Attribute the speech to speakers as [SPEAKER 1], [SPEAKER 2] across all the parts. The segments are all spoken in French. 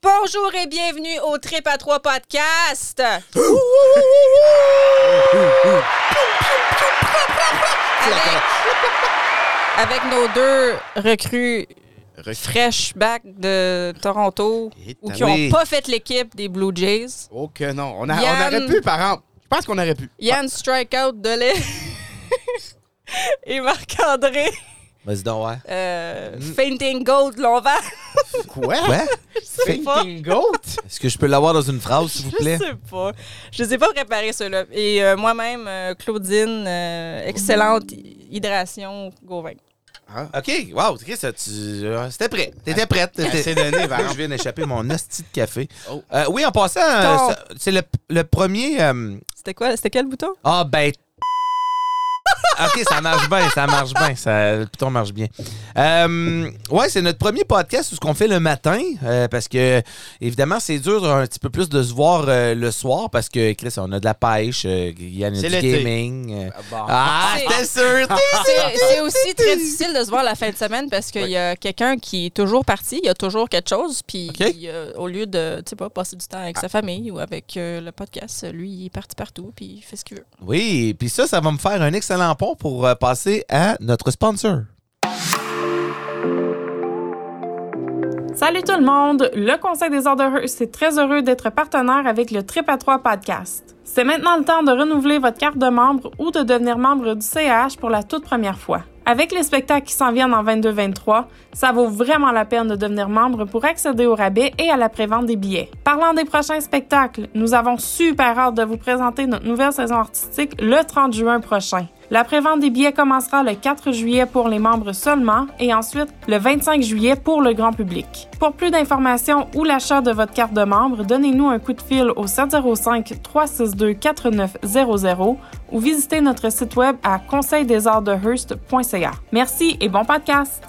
[SPEAKER 1] Bonjour et bienvenue au Trip à 3 podcast. Avec nos deux recrues
[SPEAKER 2] Recru-
[SPEAKER 1] fresh back de Toronto
[SPEAKER 2] Et
[SPEAKER 1] ou
[SPEAKER 2] t'as-
[SPEAKER 1] qui n'ont
[SPEAKER 2] oui.
[SPEAKER 1] pas fait l'équipe des Blue Jays.
[SPEAKER 2] Oh que non. On, a- on
[SPEAKER 1] Yann.
[SPEAKER 2] aurait pu, par exemple. Je pense qu'on aurait pu.
[SPEAKER 1] Yann Strikeout de lait et Marc-André
[SPEAKER 3] Vas-y donc, ouais.
[SPEAKER 1] euh,
[SPEAKER 2] Mm.
[SPEAKER 1] Fainting Gold Lonval.
[SPEAKER 2] Quoi?
[SPEAKER 3] Ouais?
[SPEAKER 1] sais pas.
[SPEAKER 2] Fainting goat?
[SPEAKER 3] Est-ce que je peux l'avoir dans une phrase, s'il vous
[SPEAKER 1] Je
[SPEAKER 3] plaît?
[SPEAKER 1] sais pas. Je sais pas préparer cela. Et euh, moi-même, euh, Claudine, euh, excellente hy- hydration Gauvin.
[SPEAKER 2] Ah,
[SPEAKER 3] OK, wow, ok, ça, tu... euh, c'était prêt. T'étais prête.
[SPEAKER 2] elle
[SPEAKER 3] t'étais-
[SPEAKER 2] s'est donnée, par
[SPEAKER 3] Là, je
[SPEAKER 2] exemple.
[SPEAKER 3] viens d'échapper mon hostie de café.
[SPEAKER 2] Oh.
[SPEAKER 3] Euh, oui, en passant, euh,
[SPEAKER 1] Ton-
[SPEAKER 3] ça- c'est le, le premier... euh,
[SPEAKER 1] C'était quoi? C'était quel bouton?
[SPEAKER 3] Ah, ben... OK, ça marche bien, ça marche bien. Ça, le piton marche bien. Euh, ouais, c'est notre premier podcast où ce qu'on fait le matin, euh, parce que, évidemment, c'est dur un petit peu plus de se voir euh, le soir, parce que, Chris, on a de la pêche, euh, Yann a
[SPEAKER 2] C'est
[SPEAKER 3] du
[SPEAKER 2] l'été.
[SPEAKER 3] gaming. euh,
[SPEAKER 2] Bon.
[SPEAKER 3] Ah,
[SPEAKER 1] C'est-
[SPEAKER 3] c'était sûr! t'es-
[SPEAKER 1] C'est c'est aussi très difficile de se voir la fin de semaine parce qu'il y a quelqu'un qui est toujours parti, il y a toujours quelque chose, puis
[SPEAKER 3] OK. Ah.
[SPEAKER 1] il, euh, au lieu de, tu sais pas, passer du temps avec sa famille ou avec euh, le podcast, lui, il est parti partout, puis il fait ce qu'il veut.
[SPEAKER 3] Oui, puis ça, ça va me faire un excellent pont pour euh, passer à notre sponsor.
[SPEAKER 4] Salut tout le monde! Le Conseil des ordres c'est très heureux d'être partenaire avec le Trip à 3 podcast. C'est maintenant le temps de renouveler votre carte de membre ou de devenir membre du CH pour la toute première fois. Avec les spectacles qui s'en viennent en 22-23, ça vaut vraiment la peine de devenir membre pour accéder au rabais et à la prévente des billets. Parlant des prochains spectacles, nous avons super hâte de vous présenter notre nouvelle saison artistique le 30 juin prochain. La prévente des billets commencera le 4 juillet pour les membres seulement et ensuite le 25 juillet pour le grand public. Pour plus d'informations ou l'achat de votre carte de membre, donnez-nous un coup de fil au 705 362 4900 ou visitez notre site web à conseildesartsdehurst.ca. Merci et bon podcast!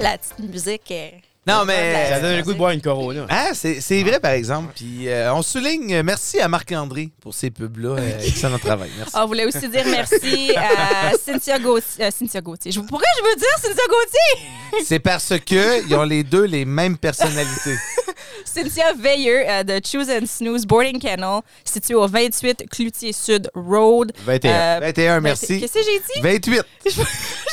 [SPEAKER 1] La petite musique est...
[SPEAKER 3] Non, mais-
[SPEAKER 2] Ça donne le goût de boire une Corona.
[SPEAKER 3] Ah, c'est c'est vrai, par exemple. Puis euh, on souligne, euh, merci à Marc-André pour ces pubs-là. euh, excellent travail. Merci.
[SPEAKER 1] Ah, on voulait aussi dire merci à Cynthia Gauthier. euh, Cynthia Gauthier. Je, pourquoi je veux dire Cynthia Gauthier?
[SPEAKER 3] C'est parce que ils ont les deux les mêmes personnalités.
[SPEAKER 1] Cynthia Veilleux euh, de Choose and Snooze Boarding Kennel, situé au 28 Cloutier Sud Road.
[SPEAKER 2] 21.
[SPEAKER 1] Euh,
[SPEAKER 3] 21,
[SPEAKER 1] ben,
[SPEAKER 3] merci.
[SPEAKER 1] Qu'est-ce que j'ai dit?
[SPEAKER 3] 28.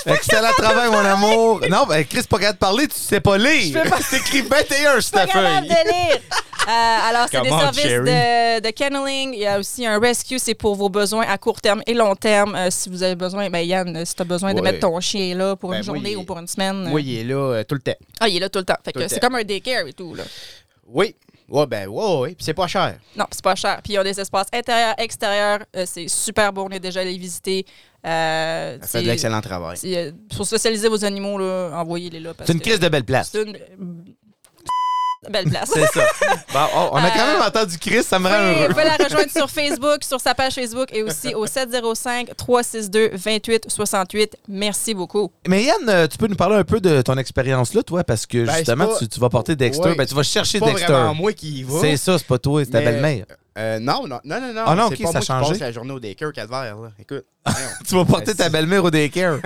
[SPEAKER 3] Excellent travail, mon amour. Non, ben, Chris, pas capable de parler, tu sais pas lire.
[SPEAKER 1] Je peux pas-
[SPEAKER 3] C'est écrit 21 sur
[SPEAKER 1] Pas
[SPEAKER 3] ta
[SPEAKER 1] capable
[SPEAKER 3] feuille.
[SPEAKER 1] de lire. Euh, alors, c'est des
[SPEAKER 2] Come on,
[SPEAKER 1] services
[SPEAKER 2] Cherry.
[SPEAKER 1] de, de kenneling. Il y a aussi un rescue, c'est pour vos besoins à court terme et long terme. Euh, si vous avez besoin, ben Yann, si tu as besoin de
[SPEAKER 2] Ouais.
[SPEAKER 1] mettre ton chien là pour
[SPEAKER 2] Ben,
[SPEAKER 1] une
[SPEAKER 2] moi,
[SPEAKER 1] journée
[SPEAKER 2] il est-
[SPEAKER 1] ou pour une semaine.
[SPEAKER 2] Moi, il est là euh, tout le temps.
[SPEAKER 1] Ah, il est là tout le temps. Fait
[SPEAKER 2] Tout
[SPEAKER 1] que
[SPEAKER 2] le
[SPEAKER 1] c'est
[SPEAKER 2] temps.
[SPEAKER 1] comme un daycare et tout. Là.
[SPEAKER 2] Oui. Ouais, ben, ouais, ouais. Puis c'est pas cher.
[SPEAKER 1] Non, c'est pas cher. Puis ils ont des espaces intérieurs, extérieurs. Euh, c'est super beau. On est déjà allé visiter. Euh,
[SPEAKER 2] Ça fait de
[SPEAKER 1] c'est-
[SPEAKER 2] l'excellent travail.
[SPEAKER 1] c'est, euh, Pour socialiser vos animaux, là, envoyez-les là. parce
[SPEAKER 3] C'est une
[SPEAKER 1] que
[SPEAKER 3] crise de belle place.
[SPEAKER 1] C'est une belle place.
[SPEAKER 3] C'est ça. Bon, oh, on a quand même entendu Chris, ça me rend
[SPEAKER 1] Vous
[SPEAKER 3] heureux.
[SPEAKER 1] pouvez la rejoindre sur Facebook, sur sa page Facebook et aussi au 705-362-2868. Merci beaucoup.
[SPEAKER 3] Mais Yann, euh, tu peux nous parler un peu de ton expérience là, toi, parce que
[SPEAKER 2] Ben,
[SPEAKER 3] justement,
[SPEAKER 2] c'est pas-
[SPEAKER 3] tu, tu vas porter Dexter.
[SPEAKER 2] Ouais.
[SPEAKER 3] ben, tu vas chercher
[SPEAKER 2] C'est pas
[SPEAKER 3] Dexter.
[SPEAKER 2] vraiment moi qui y va.
[SPEAKER 3] C'est ça, c'est pas toi, c'est ta
[SPEAKER 2] Mais-
[SPEAKER 3] belle-mère.
[SPEAKER 2] Euh, non, non, non, non, non.
[SPEAKER 3] Ah non, ok,
[SPEAKER 2] c'est pas
[SPEAKER 3] ça a
[SPEAKER 2] moi qui
[SPEAKER 3] changé.
[SPEAKER 2] passe la journée au daycare calvaire, là. Écoute. voyons.
[SPEAKER 3] Tu vas porter ta
[SPEAKER 2] ben, c'est-
[SPEAKER 3] belle-mère au daycare.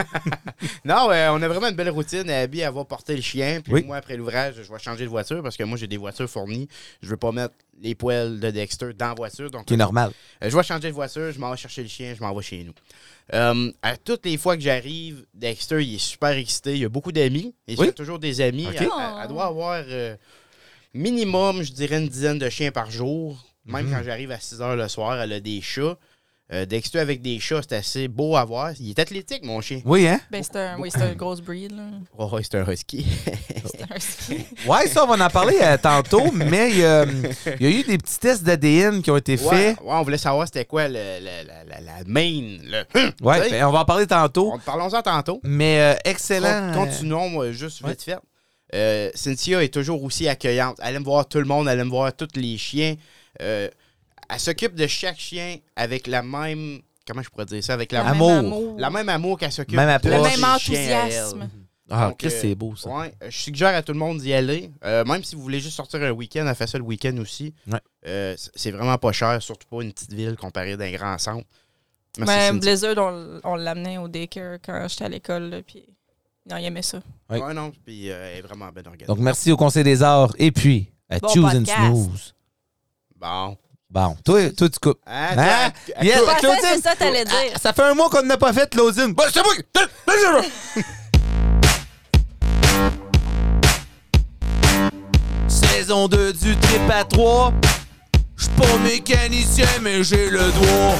[SPEAKER 2] non, euh, on a vraiment une belle routine. Abby, elle va porter le chien. Puis
[SPEAKER 3] Oui.
[SPEAKER 2] moi, après l'ouvrage, je vais changer de voiture parce que moi, j'ai des voitures fournies. Je veux pas mettre les poêles de Dexter dans la voiture. Donc,
[SPEAKER 3] qui est normal.
[SPEAKER 2] Euh, Je vais changer de voiture, je m'en vais chercher le chien, je m'en vais chez nous. Euh, à toutes les fois que j'arrive, Dexter, il est super excité. Il a beaucoup d'amis. Il
[SPEAKER 3] Oui.
[SPEAKER 2] a toujours des amis.
[SPEAKER 3] Ok.
[SPEAKER 2] Elle, elle- elle doit avoir euh, minimum, je dirais, une dizaine de chiens par jour. Même quand j'arrive à 6 heures le soir, elle a des chats. Euh, Dexter avec des chats, c'est assez beau à voir. Il est athlétique, mon chien.
[SPEAKER 3] Oui, hein?
[SPEAKER 1] Ben, c'est un, oui, c'est un gros breed. là.
[SPEAKER 2] Oh, oh, c'est un husky.
[SPEAKER 1] C'est un ski.
[SPEAKER 3] Ouais, ça, on va en parler euh, tantôt, mais euh, il y a eu des petits tests d'ADN qui ont été
[SPEAKER 2] ouais, ouais,
[SPEAKER 3] faits.
[SPEAKER 2] on voulait savoir c'était quoi le- le- la, la, la main. le- Hum,
[SPEAKER 3] Ouais,
[SPEAKER 2] tu sais.
[SPEAKER 3] ben, on va en parler tantôt.
[SPEAKER 2] On- Parlons-en tantôt.
[SPEAKER 3] Mais euh, excellent.
[SPEAKER 2] Con- Continuons euh, juste vite fait. Euh, Cynthia est toujours aussi accueillante. Elle aime voir tout le monde, elle aime voir tous les chiens. Euh, elle s'occupe de chaque chien avec la même. Comment je pourrais dire ça? Avec la,
[SPEAKER 1] La même
[SPEAKER 3] Amour.
[SPEAKER 1] amour.
[SPEAKER 2] la même amour qu'elle s'occupe
[SPEAKER 3] Même
[SPEAKER 2] de
[SPEAKER 3] approche.
[SPEAKER 1] Le
[SPEAKER 2] tous
[SPEAKER 3] Oh,
[SPEAKER 1] même
[SPEAKER 2] les chiens à elle.
[SPEAKER 1] enthousiasme.
[SPEAKER 3] Ah,
[SPEAKER 2] Donc,
[SPEAKER 3] Chris,
[SPEAKER 2] euh,
[SPEAKER 3] c'est beau, ça.
[SPEAKER 2] Ouais, euh, je suggère à tout le monde d'y aller. Euh, même si vous voulez juste sortir un week-end, elle fait ça le week-end aussi.
[SPEAKER 3] Ouais.
[SPEAKER 2] Euh, c- c'est vraiment pas cher, surtout pas une petite ville comparée d'un grand centre. Merci,
[SPEAKER 1] Ben,
[SPEAKER 2] Cindy.
[SPEAKER 1] Blizzard, on, on l'amenait au daycare quand j'étais à l'école, là, puis non, il aimait ça.
[SPEAKER 3] Oui.
[SPEAKER 2] Ouais, non, puis euh, elle est vraiment bien organisée.
[SPEAKER 3] Donc, merci au Conseil des arts. Et puis, à
[SPEAKER 1] Bon
[SPEAKER 3] Choose
[SPEAKER 1] podcast.
[SPEAKER 3] and Snooze.
[SPEAKER 2] Bon.
[SPEAKER 3] Bon, toi, toi tu coupes.
[SPEAKER 2] Hein,
[SPEAKER 3] Hein?
[SPEAKER 2] toi, à- à-
[SPEAKER 3] Yes.
[SPEAKER 1] Je pensais que
[SPEAKER 3] Claudine!
[SPEAKER 1] c'est ça que t'allais dire.
[SPEAKER 3] Ah, ça fait un mois qu'on n'a pas fait, Claudine. Bah, c'est moi qui- Saison 2 du trip à 3. Je suis pas mécanicien, mais j'ai le doigt.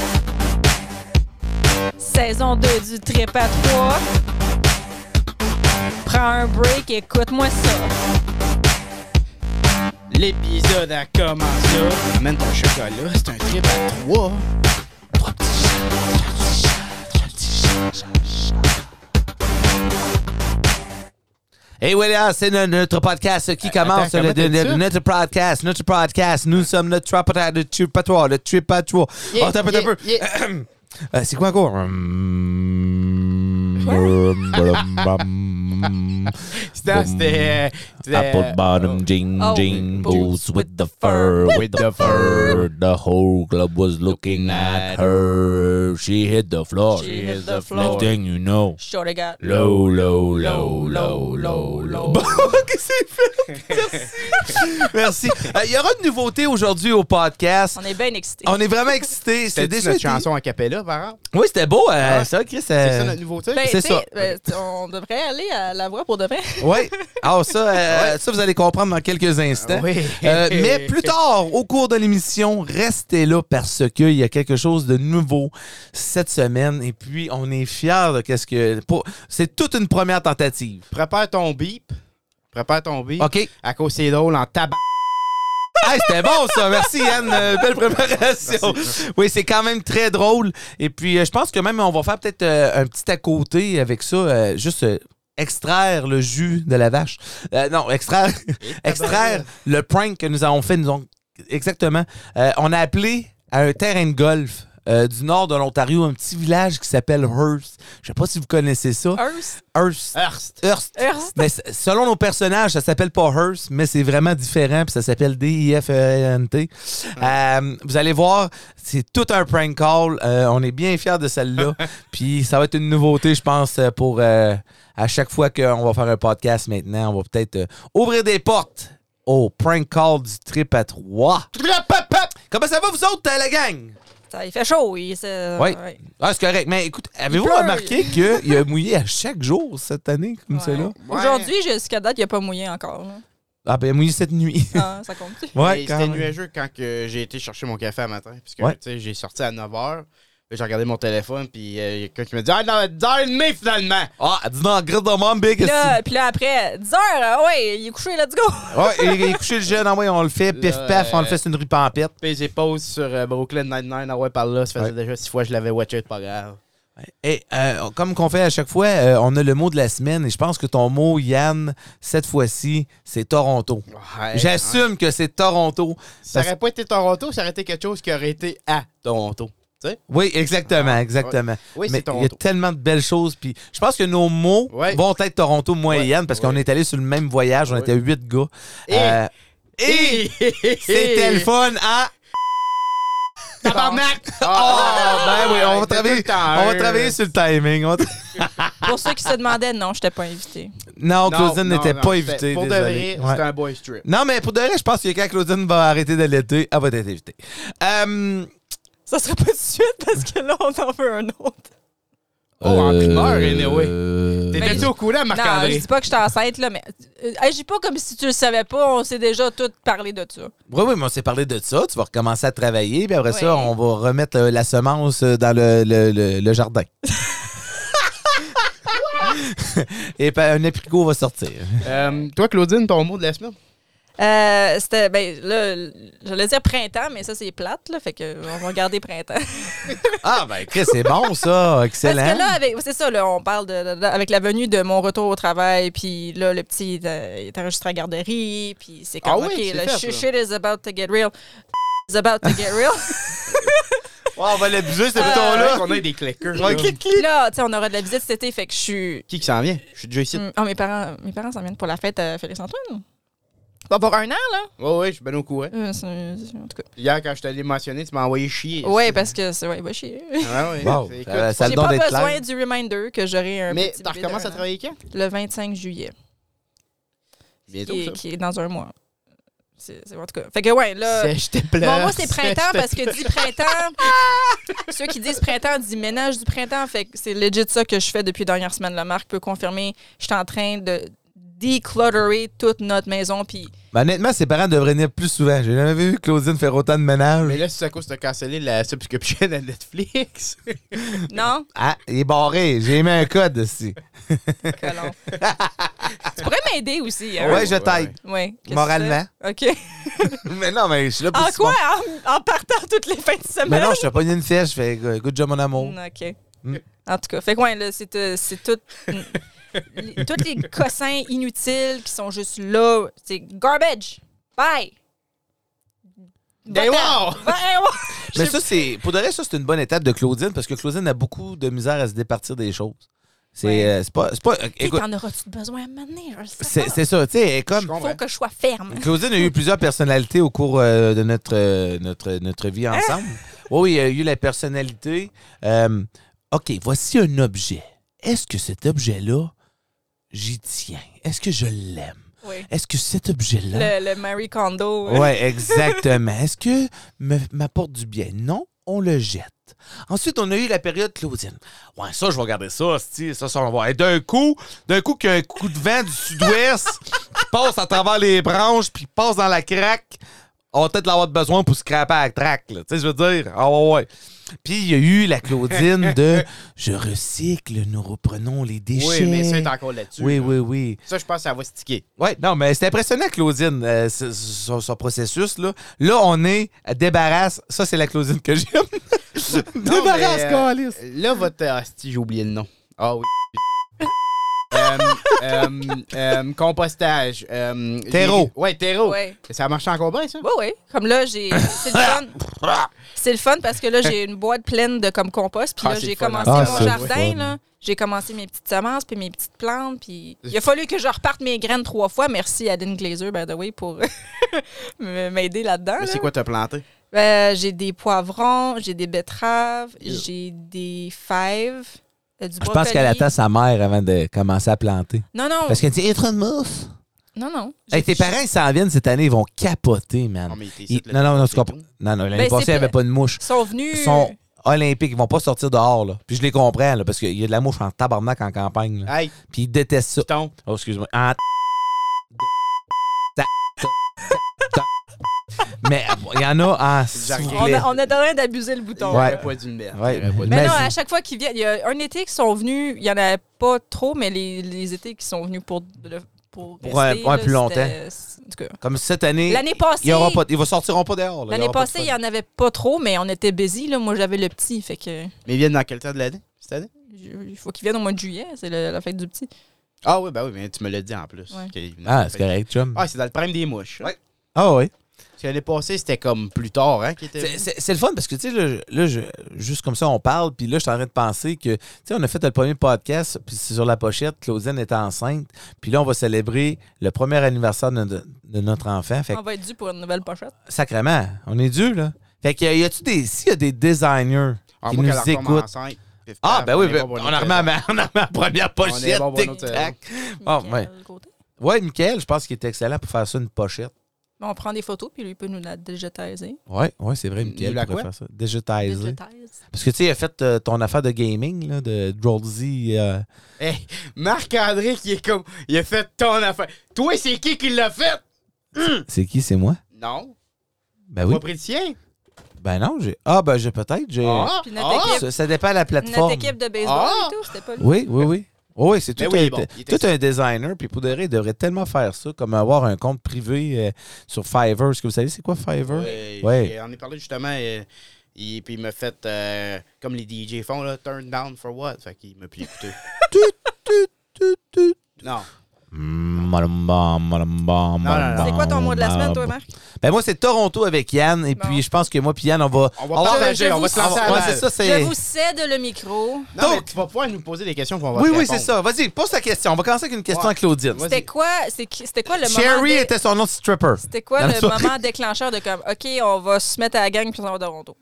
[SPEAKER 1] Saison 2 du Trip à 3. Prends un break, écoute-moi ça.
[SPEAKER 2] L'épisode a commencé. Amène ton chocolat, c'est un trip à trois.
[SPEAKER 3] Et voilà, Eh c'est no- notre podcast qui commence.
[SPEAKER 2] attends,
[SPEAKER 3] le-
[SPEAKER 2] comment t'as
[SPEAKER 3] le-
[SPEAKER 2] dit ça?
[SPEAKER 3] notre podcast, notre podcast. Nous sommes notre trip à le trip à trois, le trip à trois.
[SPEAKER 2] Yeah,
[SPEAKER 3] oh, t'as un peu, t'as un peu. Euh, c'est quoi encore? Hum, brum, brum, brum.
[SPEAKER 2] C'était- C'était. euh, c'était-
[SPEAKER 3] Apple bottom jing
[SPEAKER 1] Oh.
[SPEAKER 3] jing boots with the
[SPEAKER 1] fur,
[SPEAKER 3] fur, with the fur. The whole club was looking at her. She hit the floor.
[SPEAKER 1] She hit the
[SPEAKER 3] Next
[SPEAKER 1] floor.
[SPEAKER 3] thing you know,
[SPEAKER 1] Sure, les gars.
[SPEAKER 3] low, low, low, low, low, low. Merci. Euh, Il y aura de nouveautés aujourd'hui au podcast.
[SPEAKER 1] On est bien excités.
[SPEAKER 3] On est vraiment excités. C'est
[SPEAKER 2] C'était
[SPEAKER 3] déjà
[SPEAKER 2] déjà notre
[SPEAKER 3] été-
[SPEAKER 2] chanson a cappella, par exemple.
[SPEAKER 3] Oui, c'était beau. euh,
[SPEAKER 2] Ah.
[SPEAKER 3] ça, Chris.
[SPEAKER 2] C'est ça
[SPEAKER 3] euh,
[SPEAKER 2] notre nouveauté?
[SPEAKER 1] Ben,
[SPEAKER 3] c'est
[SPEAKER 1] tu
[SPEAKER 3] ça.
[SPEAKER 1] sais, ben, t- on devrait aller à la voix pour de vrai.
[SPEAKER 3] Oui. Ah, ça, euh, ça, vous allez comprendre dans quelques instants.
[SPEAKER 2] Ah Oui.
[SPEAKER 3] Euh, mais plus tard, au cours de l'émission, restez là parce qu'il y a quelque chose de nouveau cette semaine. Et puis, on est fiers de qu'est-ce que. pour- C'est toute une première tentative.
[SPEAKER 2] Prépare ton beep. Prépare ton beep.
[SPEAKER 3] OK?
[SPEAKER 2] À cause c'est drôle en tabac.
[SPEAKER 3] Hey, c'était bon, ça. Merci, Yann. Euh, belle préparation. Oui, c'est quand même très drôle. Et puis, euh, je pense que même, on va faire peut-être euh, un petit à côté avec ça. euh, juste euh, extraire le jus de la vache. Euh, non, extraire, extraire le prank que nous avons fait. Nous avons- exactement. Euh, on a appelé à un terrain de golf. euh, du nord de l'Ontario, un petit village qui s'appelle Hearst. Je sais pas si vous connaissez ça.
[SPEAKER 1] Hearst.
[SPEAKER 3] Hearst.
[SPEAKER 2] Hearst.
[SPEAKER 3] Hearst.
[SPEAKER 1] Hearst.
[SPEAKER 3] Mais c- selon nos personnages, ça s'appelle pas Hearst, mais c'est vraiment différent, puis ça s'appelle D-I-F-E-N-T. E Euh, vous allez voir, c'est tout un prank call. Euh, on est bien fiers de celle-là. puis ça va être une nouveauté, je pense, euh, pour euh, à chaque fois qu'on va faire un podcast maintenant, on va peut-être euh, ouvrir des portes au prank call du trip à 3. Comment ça va, vous autres, euh, la gang?
[SPEAKER 1] Ça, il fait chaud. Il, c'est- euh,
[SPEAKER 3] Oui.
[SPEAKER 1] ouais.
[SPEAKER 3] Ah, c'est correct. Mais écoute, avez-vous
[SPEAKER 1] pleut.
[SPEAKER 3] remarqué qu'il a mouillé à chaque jour cette année, comme
[SPEAKER 1] Ouais.
[SPEAKER 3] celle-là?
[SPEAKER 1] Aujourd'hui, jusqu'à date, il n'y a pas mouillé encore. là.
[SPEAKER 3] Ah, ben, il a mouillé cette nuit.
[SPEAKER 1] Ah, ça compte-tu?
[SPEAKER 3] Ouais,
[SPEAKER 2] Et
[SPEAKER 3] quand
[SPEAKER 2] C'était
[SPEAKER 3] même.
[SPEAKER 2] nuageux quand que j'ai été chercher mon café à matin. Parce que
[SPEAKER 3] Ouais.
[SPEAKER 2] tu sais, j'ai sorti à 9h. J'ai regardé mon téléphone, puis euh, il y a quelqu'un qui m'a dit Ah, non, 10h30 finalement.
[SPEAKER 3] Ah, dis donc, grille de môme, big.
[SPEAKER 1] Puis là, puis là, après, 10 heures, euh, ouais, il est couché, let's go!
[SPEAKER 3] Ouais, il est couché le jeune, ah ouais, on le fait, pif
[SPEAKER 2] Là,
[SPEAKER 3] paf, on le
[SPEAKER 2] euh,
[SPEAKER 3] fait, c'est une rue pampette.
[SPEAKER 2] Puis j'ai pause sur euh, Brooklyn Nine-Nine. Ah ouais, par là, ça faisait
[SPEAKER 3] Ouais.
[SPEAKER 2] déjà six fois que je l'avais watché, c'est pas grave.
[SPEAKER 3] Et euh, comme qu'on fait à chaque fois, euh, on a le mot de la semaine et je pense que ton mot, Yann, cette fois-ci, c'est Toronto.
[SPEAKER 2] Ouais, hein.
[SPEAKER 3] J'assume que c'est Toronto.
[SPEAKER 2] Ça aurait pas été Toronto, ça aurait été quelque chose qui aurait été à Toronto. Tu sais?
[SPEAKER 3] Oui, exactement, exactement.
[SPEAKER 2] Oui, c'est
[SPEAKER 3] Mais il y a
[SPEAKER 2] Toronto.
[SPEAKER 3] tellement de belles choses. Puis je pense que nos mots
[SPEAKER 2] Ouais.
[SPEAKER 3] vont être Toronto, moi
[SPEAKER 2] Ouais,
[SPEAKER 3] et Yann, parce qu'on
[SPEAKER 2] ouais.
[SPEAKER 3] est allés sur le même voyage. On
[SPEAKER 2] Ouais.
[SPEAKER 3] était huit gars.
[SPEAKER 2] Et-
[SPEAKER 3] Euh, et c'était le fun hein? à.
[SPEAKER 2] Tabarnak! Oh,
[SPEAKER 3] Ah, ben oui, on va, travailler, on va travailler sur le timing. On va tra-
[SPEAKER 1] Pour ceux qui se demandaient, non, je n'étais pas invité.
[SPEAKER 3] Non, Claudine
[SPEAKER 2] Non,
[SPEAKER 3] n'était
[SPEAKER 2] non,
[SPEAKER 3] pas
[SPEAKER 2] c'était-
[SPEAKER 3] invitée.
[SPEAKER 2] Pour de
[SPEAKER 3] désolé.
[SPEAKER 2] vrai,
[SPEAKER 3] Ouais.
[SPEAKER 2] c'était un boy strip.
[SPEAKER 3] Non, mais pour de vrai, je pense que quand Claudine va arrêter d'allaiter, elle va être invitée. Euh,
[SPEAKER 1] Ça sera pas tout de suite parce que là, on en veut un autre.
[SPEAKER 2] Oh, en
[SPEAKER 3] euh,
[SPEAKER 2] primeur, anyway. T'étais-tu
[SPEAKER 1] Ben,
[SPEAKER 2] au courant,
[SPEAKER 1] Non, je
[SPEAKER 2] Marc-André?
[SPEAKER 1] dis pas que je suis enceinte, là, mais euh, agis pas comme si tu le savais pas. On s'est déjà tout parlé de ça.
[SPEAKER 3] Oui, oui, mais on s'est parlé de ça. Tu vas recommencer à travailler, puis après ça,
[SPEAKER 1] Ouais.
[SPEAKER 3] on va remettre euh, la semence euh, dans le, le- le- le jardin. Et puis, un apricot va sortir.
[SPEAKER 2] Euh, toi, Claudine, ton mot de la semaine?
[SPEAKER 1] Euh, c'était, ben là, j'allais dire printemps, mais ça, c'est plate, là, fait que on va garder printemps.
[SPEAKER 3] Ah, ben, Chris, c'est bon, ça.
[SPEAKER 1] Parce
[SPEAKER 3] Excellent.
[SPEAKER 1] que là, avec, c'est ça, là, on parle de, de- de- avec la venue de mon retour au travail, puis là, le petit euh, il est enregistré à la garderie, puis c'est comme,
[SPEAKER 2] Ah oui,
[SPEAKER 1] OK,
[SPEAKER 2] c'est
[SPEAKER 1] là,
[SPEAKER 2] fait,
[SPEAKER 1] shit
[SPEAKER 2] ça.
[SPEAKER 1] shit is about to get real. is about to get real.
[SPEAKER 3] Ouais, on va l'abuser, ce
[SPEAKER 2] Là,
[SPEAKER 1] Euh,
[SPEAKER 3] bouton-là.
[SPEAKER 2] qu'on a des clickers. là.
[SPEAKER 3] Ouais, clic, clic.
[SPEAKER 1] Puis là, tu sais, on aura de la visite cet été, fait que je suis... oh,
[SPEAKER 2] Qui qui s'en vient? Je suis déjà ici.
[SPEAKER 1] Hmm, Ah, mes parents, mes parents s'en viennent pour la fête à Félix-Antoine. va avoir un an, là.
[SPEAKER 2] Ouais, ouais, je suis ben au courant.
[SPEAKER 1] Euh, c'est- c'est- en tout cas.
[SPEAKER 2] Hier, quand je t'allais mentionner, tu m'as envoyé chier.
[SPEAKER 1] Oui, parce que c'est. Ouais, bah, chier.
[SPEAKER 2] Ah, ouais,
[SPEAKER 3] Wow,
[SPEAKER 2] c'est- écoute.
[SPEAKER 3] ça, ça a
[SPEAKER 1] J'ai
[SPEAKER 3] le don
[SPEAKER 1] pas
[SPEAKER 3] d'être
[SPEAKER 1] besoin
[SPEAKER 3] clair.
[SPEAKER 1] du reminder que j'aurai un.
[SPEAKER 2] Mais
[SPEAKER 1] petit
[SPEAKER 2] tu
[SPEAKER 1] bébé
[SPEAKER 2] recommences
[SPEAKER 1] d'un
[SPEAKER 2] à
[SPEAKER 1] an.
[SPEAKER 2] travailler quand?
[SPEAKER 1] Le 25 juillet,
[SPEAKER 2] Bientôt,
[SPEAKER 1] qui,
[SPEAKER 2] ça.
[SPEAKER 1] est- qui est dans un mois. C'est c'est- en tout cas. Fait que, ouais, là.
[SPEAKER 2] C'est- je te plains.
[SPEAKER 1] Bon, moi, c'est printemps
[SPEAKER 2] Je te-
[SPEAKER 1] parce que dit printemps, ceux qui disent printemps disent ménage du printemps. Fait que c'est legit ça que je fais depuis dernière semaine. La marque peut confirmer. Je suis en train de declutterer toute notre maison. Puis
[SPEAKER 3] Ben, honnêtement, ses parents devraient venir plus souvent. J'ai jamais vu Claudine faire autant de ménage.
[SPEAKER 2] Mais là, c'est à cause de canceller la subscription à Netflix.
[SPEAKER 1] non,
[SPEAKER 3] Ah, il est barré. J'ai aimé un code aussi.
[SPEAKER 1] colon. tu pourrais m'aider aussi. Hein?
[SPEAKER 3] Ouais, je t'aide.
[SPEAKER 2] Eh ouais.
[SPEAKER 1] Ouais. Qu'est-ce que
[SPEAKER 3] Moralement.
[SPEAKER 1] tu fais? OK.
[SPEAKER 3] mais non, mais je suis là pour
[SPEAKER 1] En
[SPEAKER 3] supporter.
[SPEAKER 1] quoi? Ben En, en partant toutes les fins de semaine?
[SPEAKER 3] Mais non, je t'ai pas une fièvre. Je fais euh, good job, mon amour.
[SPEAKER 1] Mm, OK.
[SPEAKER 3] Mm.
[SPEAKER 1] En tout cas, fait quoi, là, c'est euh, c'est tout. les- Tous les cossins inutiles qui sont juste là, c'est garbage. Bye.
[SPEAKER 2] Ben,
[SPEAKER 1] Va-t'en.
[SPEAKER 2] wow!
[SPEAKER 1] Va- eh, hey, wow!
[SPEAKER 3] Mais
[SPEAKER 1] Je-
[SPEAKER 3] ça, c'est. Pour de vrai, ça, c'est une bonne étape de Claudine parce que Claudine a beaucoup de misère à se départir des choses. C'est
[SPEAKER 1] Ouais.
[SPEAKER 3] euh, c'est pas. C'est pas euh,
[SPEAKER 1] Hey,
[SPEAKER 3] écoute,
[SPEAKER 1] T'en auras-tu besoin à mener?
[SPEAKER 3] c'est c'est ça. Tu sais, elle est
[SPEAKER 2] Je
[SPEAKER 3] comme.
[SPEAKER 1] Il faut
[SPEAKER 2] comprends.
[SPEAKER 1] que je sois ferme.
[SPEAKER 3] Claudine a eu plusieurs personnalités au cours euh, de notre, euh, notre, notre vie ensemble. Oui, oui, il y a eu la personnalité. euh, OK, voici un objet. Est-ce que cet objet-là, j'y tiens? Est-ce que je l'aime?
[SPEAKER 1] Oui.
[SPEAKER 3] Est-ce que cet objet-là.
[SPEAKER 1] Le, le Marie Kondo. euh,
[SPEAKER 3] Ouais, exactement. Est-ce que me- m'apporte du bien? Non, on le jette. Ensuite, on a eu la période Claudine. Ouais, ça, je vais regarder ça, c'ti, ça, ça, on va voir. Et d'un coup, d'un coup, qu'il y a un coup de vent du sud-ouest qui passe à travers les branches puis passe dans la craque, on va peut-être l'avoir besoin pour scraper à la craque, là. Tu sais, je veux dire. Ah ouais, ouais. Puis, il y a eu la Claudine de je recycle, nous reprenons les déchets.
[SPEAKER 2] Oui, mais ça, est encore là-dessus.
[SPEAKER 3] Oui,
[SPEAKER 2] là.
[SPEAKER 3] oui, oui.
[SPEAKER 2] Ça, je pense que ça va sticker.
[SPEAKER 3] Oui, non, mais c'est impressionnant, Claudine, euh, ce- son, son processus. Là. là, on est à débarrasse. Ça, c'est la Claudine que j'aime. débarrasse,
[SPEAKER 2] mais, euh,
[SPEAKER 3] câlisse.
[SPEAKER 2] Là, votre. Ah, si, j'ai oublié le nom. Ah oui. Euh, euh, euh, compostage. euh,
[SPEAKER 3] Terreau.
[SPEAKER 2] j'ai- Ouais, terreau.
[SPEAKER 1] Ouais.
[SPEAKER 2] Ça marche encore bien, ça?
[SPEAKER 1] Oui, oui. Comme là, j'ai. C'est le fun. C'est le fun parce que là, j'ai une boîte pleine de comme compost. Puis
[SPEAKER 2] Ah,
[SPEAKER 1] là,
[SPEAKER 2] c'est
[SPEAKER 1] j'ai
[SPEAKER 2] le fun,
[SPEAKER 1] commencé
[SPEAKER 3] hein? Ah,
[SPEAKER 1] mon
[SPEAKER 3] c'est le
[SPEAKER 1] jardin.
[SPEAKER 3] fun.
[SPEAKER 1] là. J'ai commencé mes petites semences puis mes petites plantes. Puis il a fallu que je reparte mes graines trois fois. Merci, Adeline Glazer, by the way, pour me- m'aider là-dedans.
[SPEAKER 2] Mais
[SPEAKER 1] là.
[SPEAKER 2] c'est quoi t'as planté?
[SPEAKER 1] Euh, j'ai des poivrons, j'ai des betteraves,
[SPEAKER 2] Yeah.
[SPEAKER 1] j'ai des fèves. euh, Du
[SPEAKER 3] Ah, Je pense qu'elle attend sa mère avant de commencer à planter.
[SPEAKER 1] Non, non.
[SPEAKER 3] Parce qu'elle dit, il y a trop de mousse.
[SPEAKER 1] Non, non.
[SPEAKER 3] Hey, tes parents, ils s'en viennent cette année, ils vont capoter, man.
[SPEAKER 2] Non, Ah, mais t'es
[SPEAKER 3] Ils-
[SPEAKER 2] ici, là,
[SPEAKER 3] Non, non, non, tu
[SPEAKER 2] t'es
[SPEAKER 3] comprends.
[SPEAKER 2] tout.
[SPEAKER 3] Non, non, l'année
[SPEAKER 1] Ben, c'est
[SPEAKER 3] passée, il n'y avait
[SPEAKER 1] pas- Hum.
[SPEAKER 3] pas de mouche.
[SPEAKER 1] Ils sont venus.
[SPEAKER 3] Ils sont olympiques, ils vont pas sortir dehors, là. Puis je les comprends, là, parce qu'il y a de la mouche en tabarnak en campagne, là.
[SPEAKER 2] Hey,
[SPEAKER 3] Puis ils détestent ça.
[SPEAKER 2] piton.
[SPEAKER 3] Oh, excuse-moi. En- Mais il y en a ah, en
[SPEAKER 2] jargon.
[SPEAKER 1] On, a- on est en train d'abuser le bouton.
[SPEAKER 3] Ouais.
[SPEAKER 1] là.
[SPEAKER 2] Pas d'une merde.
[SPEAKER 3] Ouais.
[SPEAKER 2] T'aurais pas dû-
[SPEAKER 1] Mais non,
[SPEAKER 3] Vas-y.
[SPEAKER 1] à chaque fois qu'ils viennent, il y a un été qui sont venus, il y en a pas trop, mais les, les étés qui sont venus pour le- pour,
[SPEAKER 3] Pour un-
[SPEAKER 1] rester,
[SPEAKER 3] ouais,
[SPEAKER 1] là,
[SPEAKER 3] plus longtemps.
[SPEAKER 1] c'était- c'est- en tout cas.
[SPEAKER 3] Comme cette année,
[SPEAKER 1] L'année passée,
[SPEAKER 3] il y aura pas, ils ne sortiront pas dehors. là. Il y
[SPEAKER 1] l'année
[SPEAKER 3] aura pas de
[SPEAKER 1] passée,
[SPEAKER 3] fun.
[SPEAKER 1] il y en avait pas trop, mais on était busy là. Moi, j'avais le petit, fait que
[SPEAKER 2] Mais ils viennent dans quel temps de l'année? Cette année?
[SPEAKER 1] je- il faut qu'il vienne au mois de juillet, c'est le- la fête du petit.
[SPEAKER 2] Ah oui, ben oui, mais tu me l'as dit en plus.
[SPEAKER 1] Ouais.
[SPEAKER 2] qu'ils venaient.
[SPEAKER 3] Ah, c'est correct, chum.
[SPEAKER 2] Ah, c'est dans le prime des mouches.
[SPEAKER 3] Ouais. Ah oui.
[SPEAKER 2] Parce que l'année passée, c'était comme plus tard, hein, qui était.
[SPEAKER 3] C'est- C'est c'est le fun parce que, tu sais, là, je- là, je- juste comme ça, on parle, puis là, je suis en train de penser que, tu sais, on a fait le premier podcast, puis c'est sur la pochette, Claudine est enceinte, puis là, on va célébrer le premier anniversaire de, de- de notre enfant. Fait que,
[SPEAKER 1] On va être dû pour une nouvelle pochette.
[SPEAKER 3] sacrément, on est dû, là. Fait que, y a-tu des. S'il y a des designers
[SPEAKER 2] Ah,
[SPEAKER 3] qui
[SPEAKER 2] moi,
[SPEAKER 3] nous
[SPEAKER 2] quand elle retombe
[SPEAKER 3] écoutent.
[SPEAKER 2] enceinte, pif,
[SPEAKER 3] Ah,
[SPEAKER 2] paf,
[SPEAKER 3] ben oui,
[SPEAKER 2] est
[SPEAKER 3] ben,
[SPEAKER 2] bon pour
[SPEAKER 3] on,
[SPEAKER 2] notre
[SPEAKER 3] a remis à ma, on a remis à la première pochette.
[SPEAKER 2] bon pour
[SPEAKER 3] tic,
[SPEAKER 2] notre-
[SPEAKER 3] tac. Ah,
[SPEAKER 1] Nickel,
[SPEAKER 3] ouais.
[SPEAKER 1] côté.
[SPEAKER 3] Ouais, Michael, je pense qu'il est excellent pour faire ça une pochette.
[SPEAKER 1] Bon, on prend des photos, puis lui peut nous la digitiser.
[SPEAKER 3] Ouais, ouais, c'est vrai,
[SPEAKER 2] Il
[SPEAKER 3] Michael
[SPEAKER 2] l'a
[SPEAKER 3] pourrait
[SPEAKER 2] quoi?
[SPEAKER 3] faire ça. Digitiser.
[SPEAKER 1] Digitize.
[SPEAKER 3] Parce que tu sais, il a fait euh, ton affaire de gaming, là, de Drollzy. euh,
[SPEAKER 2] Hey, Marc-André qui est comme. Il a fait ton affaire. Toi, c'est qui qui l'a fait?
[SPEAKER 1] Hmm.
[SPEAKER 3] C'est qui, c'est moi?
[SPEAKER 2] Non.
[SPEAKER 3] Ben oui.
[SPEAKER 2] Pas pris le tien?
[SPEAKER 3] Ben non, j'ai. Ah, ben j'ai peut-être. J'ai...
[SPEAKER 2] Ah!
[SPEAKER 1] Puis notre équipe-
[SPEAKER 3] Ça, ça dépend de la
[SPEAKER 1] Notre
[SPEAKER 3] plateforme.
[SPEAKER 1] équipe de baseball
[SPEAKER 2] Ah!
[SPEAKER 1] et tout, c'était pas lui.
[SPEAKER 3] Oui, oui, oui. Oui, c'est tout,
[SPEAKER 2] Mais Ben oui,
[SPEAKER 3] un,
[SPEAKER 2] bon, il était
[SPEAKER 3] tout un designer. Puis pour de vrai, il devrait tellement faire ça, comme avoir un compte privé euh, sur Fiverr. Est-ce que vous savez, c'est quoi Fiverr?
[SPEAKER 2] Ouais,
[SPEAKER 3] Ouais.
[SPEAKER 2] j'ai- On est parlé justement. euh, il- puis il m'a fait, euh, comme les DJ font, là, turn down for what? Fait qu'il m'a plus écouté.
[SPEAKER 3] Tut, tut, tut, tut.
[SPEAKER 2] Non.
[SPEAKER 3] Mm,
[SPEAKER 1] C'est
[SPEAKER 3] C'est
[SPEAKER 1] quoi ton mot de la semaine, toi, Marc?
[SPEAKER 3] Ben moi, c'est Toronto avec Yann. Et
[SPEAKER 1] Bon.
[SPEAKER 3] puis, je pense que moi puis Yann, on va...
[SPEAKER 2] On va partager,
[SPEAKER 1] je
[SPEAKER 2] on va
[SPEAKER 1] vous-
[SPEAKER 2] se
[SPEAKER 3] on
[SPEAKER 2] lancer
[SPEAKER 3] va-
[SPEAKER 2] à
[SPEAKER 3] ouais,
[SPEAKER 2] la-
[SPEAKER 3] c'est ça,
[SPEAKER 1] Je
[SPEAKER 3] c'est...
[SPEAKER 1] vous cède le micro.
[SPEAKER 2] Non, mais
[SPEAKER 3] Donc-
[SPEAKER 2] tu vas pouvoir nous poser des questions qu'on va
[SPEAKER 3] Oui,
[SPEAKER 2] te
[SPEAKER 3] oui, c'est
[SPEAKER 2] répondre.
[SPEAKER 3] ça. Vas-y, pose ta question. On va commencer avec une question
[SPEAKER 2] Ouais.
[SPEAKER 3] à Claudine.
[SPEAKER 2] Vas-y.
[SPEAKER 1] C'était quoi, c'est qui- c'était quoi le moment...
[SPEAKER 3] Sherry
[SPEAKER 1] dé-
[SPEAKER 3] était son nom de stripper.
[SPEAKER 1] C'était quoi
[SPEAKER 3] Dans la
[SPEAKER 1] le
[SPEAKER 3] soirée.
[SPEAKER 1] moment déclencheur de comme, OK, on va se mettre à la gang puis on s'en va à Toronto?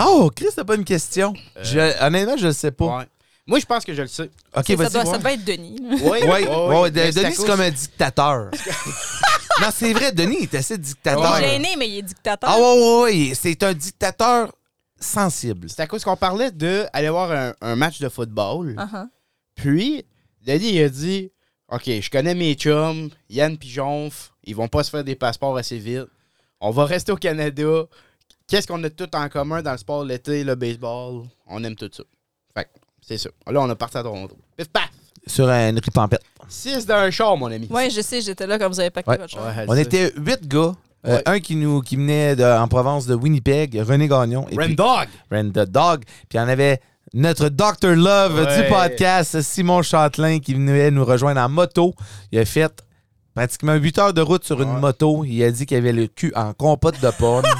[SPEAKER 3] Oh, Chris, c'est pas une question. Je- Honnêtement, je le sais pas.
[SPEAKER 2] Euh, Ouais. Moi, je pense que je le sais.
[SPEAKER 3] OK,
[SPEAKER 1] ça,
[SPEAKER 3] vas-y.
[SPEAKER 1] doit,
[SPEAKER 3] ouais.
[SPEAKER 1] ça doit être Denis. là.
[SPEAKER 2] Oui,
[SPEAKER 3] Oui, ouais, ouais,
[SPEAKER 2] mais
[SPEAKER 3] de-
[SPEAKER 2] à
[SPEAKER 3] Denis, c'est
[SPEAKER 2] cause-
[SPEAKER 3] comme un dictateur. non, c'est vrai, Denis, il est assez
[SPEAKER 1] Il
[SPEAKER 3] dictateur.
[SPEAKER 1] est gêné, mais il est dictateur.
[SPEAKER 3] Ah, ouais, ouais, ouais, il- c'est un dictateur sensible.
[SPEAKER 2] C'est à cause qu'on parlait de aller voir un, un match de football.
[SPEAKER 1] Uh-huh.
[SPEAKER 2] Puis, Denis, il a dit Ok, je connais mes chums, Yann Pijonf, ils vont pas se faire des passeports assez vite. On va rester au Canada. Qu'est-ce qu'on a tout en commun dans le sport l'été, le baseball On aime tout ça. Fait que, c'est ça. Là, on a parti à Toronto. Pif paf
[SPEAKER 3] Sur une ripampette.
[SPEAKER 2] 6 dans un char, mon ami.
[SPEAKER 1] Ouais, je sais, j'étais là comme vous avez pacté
[SPEAKER 3] Ouais.
[SPEAKER 1] votre chose.
[SPEAKER 2] Ouais,
[SPEAKER 3] On
[SPEAKER 2] c'est-
[SPEAKER 3] était huit gars. Euh,
[SPEAKER 2] Ouais.
[SPEAKER 3] Un qui nous qui venait de- en province de Winnipeg, René Gagnon. Et puis
[SPEAKER 2] Rendog.
[SPEAKER 3] Ren the Dog. Puis il y en avait notre Dr. Love
[SPEAKER 2] Ouais.
[SPEAKER 3] du podcast, Simon Châtelain, qui venait nous rejoindre en moto. Il a fait pratiquement 8 heures de route sur une
[SPEAKER 2] Ouais.
[SPEAKER 3] moto. Il a dit qu'il avait le cul en compote de pommes.
[SPEAKER 2] ben,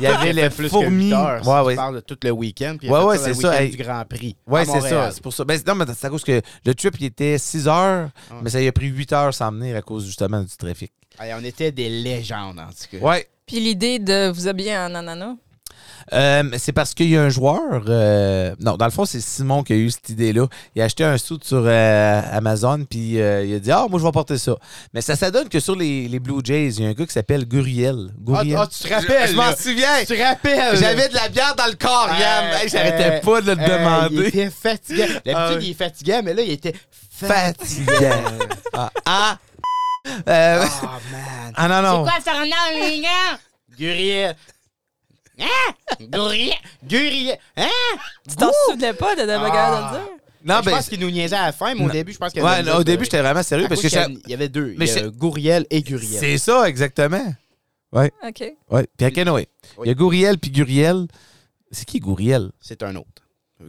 [SPEAKER 3] Il y avait les
[SPEAKER 2] plus
[SPEAKER 3] fourmis.
[SPEAKER 2] Que 8 heures, si
[SPEAKER 3] Ouais,
[SPEAKER 2] tu
[SPEAKER 3] ouais.
[SPEAKER 2] parles de tout le week-end. Puis il a
[SPEAKER 3] Ouais,
[SPEAKER 2] fait
[SPEAKER 3] ouais,
[SPEAKER 2] ça
[SPEAKER 3] c'est
[SPEAKER 2] le
[SPEAKER 3] ça,
[SPEAKER 2] week-end
[SPEAKER 3] hey.
[SPEAKER 2] Du Grand Prix.
[SPEAKER 3] Oui,
[SPEAKER 2] à
[SPEAKER 3] c'est ça.
[SPEAKER 2] Montréal.
[SPEAKER 3] C'est pour ça. Ben, non, mais c'est à cause que le trip, il était 6 heures, mais ça lui a pris 8 heures s'en venir à cause justement du trafic.
[SPEAKER 2] Hey, on était des légendes, en tout cas.
[SPEAKER 3] Ouais.
[SPEAKER 1] Puis l'idée de vous habiller en ananas.
[SPEAKER 3] Euh, c'est parce qu'il y a un joueur. euh, non, dans le fond, c'est Simon qui a eu cette idée-là. Il a acheté un sou sur euh, Amazon, puis euh, il a dit Ah, moi, je vais porter ça. Mais ça, ça donne que sur les, les Blue Jays, il y a un gars qui s'appelle Guriel.
[SPEAKER 2] Ah,
[SPEAKER 3] Guriel.
[SPEAKER 2] ah, tu te rappelles.
[SPEAKER 3] Je m'en
[SPEAKER 2] là.
[SPEAKER 3] souviens.
[SPEAKER 2] Tu te rappelles.
[SPEAKER 3] J'avais de la bière dans le corps, Yann.
[SPEAKER 2] Euh,
[SPEAKER 3] Hey, J'arrêtais
[SPEAKER 2] euh,
[SPEAKER 3] pas de le
[SPEAKER 2] euh, Il
[SPEAKER 3] demander.
[SPEAKER 2] était fatigué. D'habitude,
[SPEAKER 3] Ah oui.
[SPEAKER 2] il est fatigué, mais là, il était fatigué.
[SPEAKER 3] Fatiguant. ah, ah. Euh,
[SPEAKER 2] Oh, man.
[SPEAKER 3] ah, non, non.
[SPEAKER 5] ça les gars?
[SPEAKER 2] Guriel. Hein? Guriel. Guriel. Hein?
[SPEAKER 1] Tu t'en souvenais pas de la bagarre de le dire?
[SPEAKER 3] Non,
[SPEAKER 2] je
[SPEAKER 3] ben,
[SPEAKER 2] pense qu'il nous niaisait à la fin, mais au
[SPEAKER 3] Non.
[SPEAKER 2] début, je pense qu'il y avait
[SPEAKER 3] ouais,
[SPEAKER 2] une
[SPEAKER 3] non, au
[SPEAKER 2] autre,
[SPEAKER 3] début,
[SPEAKER 2] euh,
[SPEAKER 3] j'étais vraiment sérieux
[SPEAKER 2] à
[SPEAKER 3] parce que
[SPEAKER 2] cause qu'il y
[SPEAKER 3] j'étais-
[SPEAKER 2] avait- il y avait deux.
[SPEAKER 3] Mais
[SPEAKER 2] il y
[SPEAKER 3] je-
[SPEAKER 2] a Gouriel et Guriel.
[SPEAKER 3] c'est ça, exactement. Ah.
[SPEAKER 1] OK.
[SPEAKER 3] Ouais. Puis à Kenoé.
[SPEAKER 2] Oui.
[SPEAKER 3] Il y a Gouriel puis Guriel. C'est qui Gouriel?
[SPEAKER 2] C'est un autre.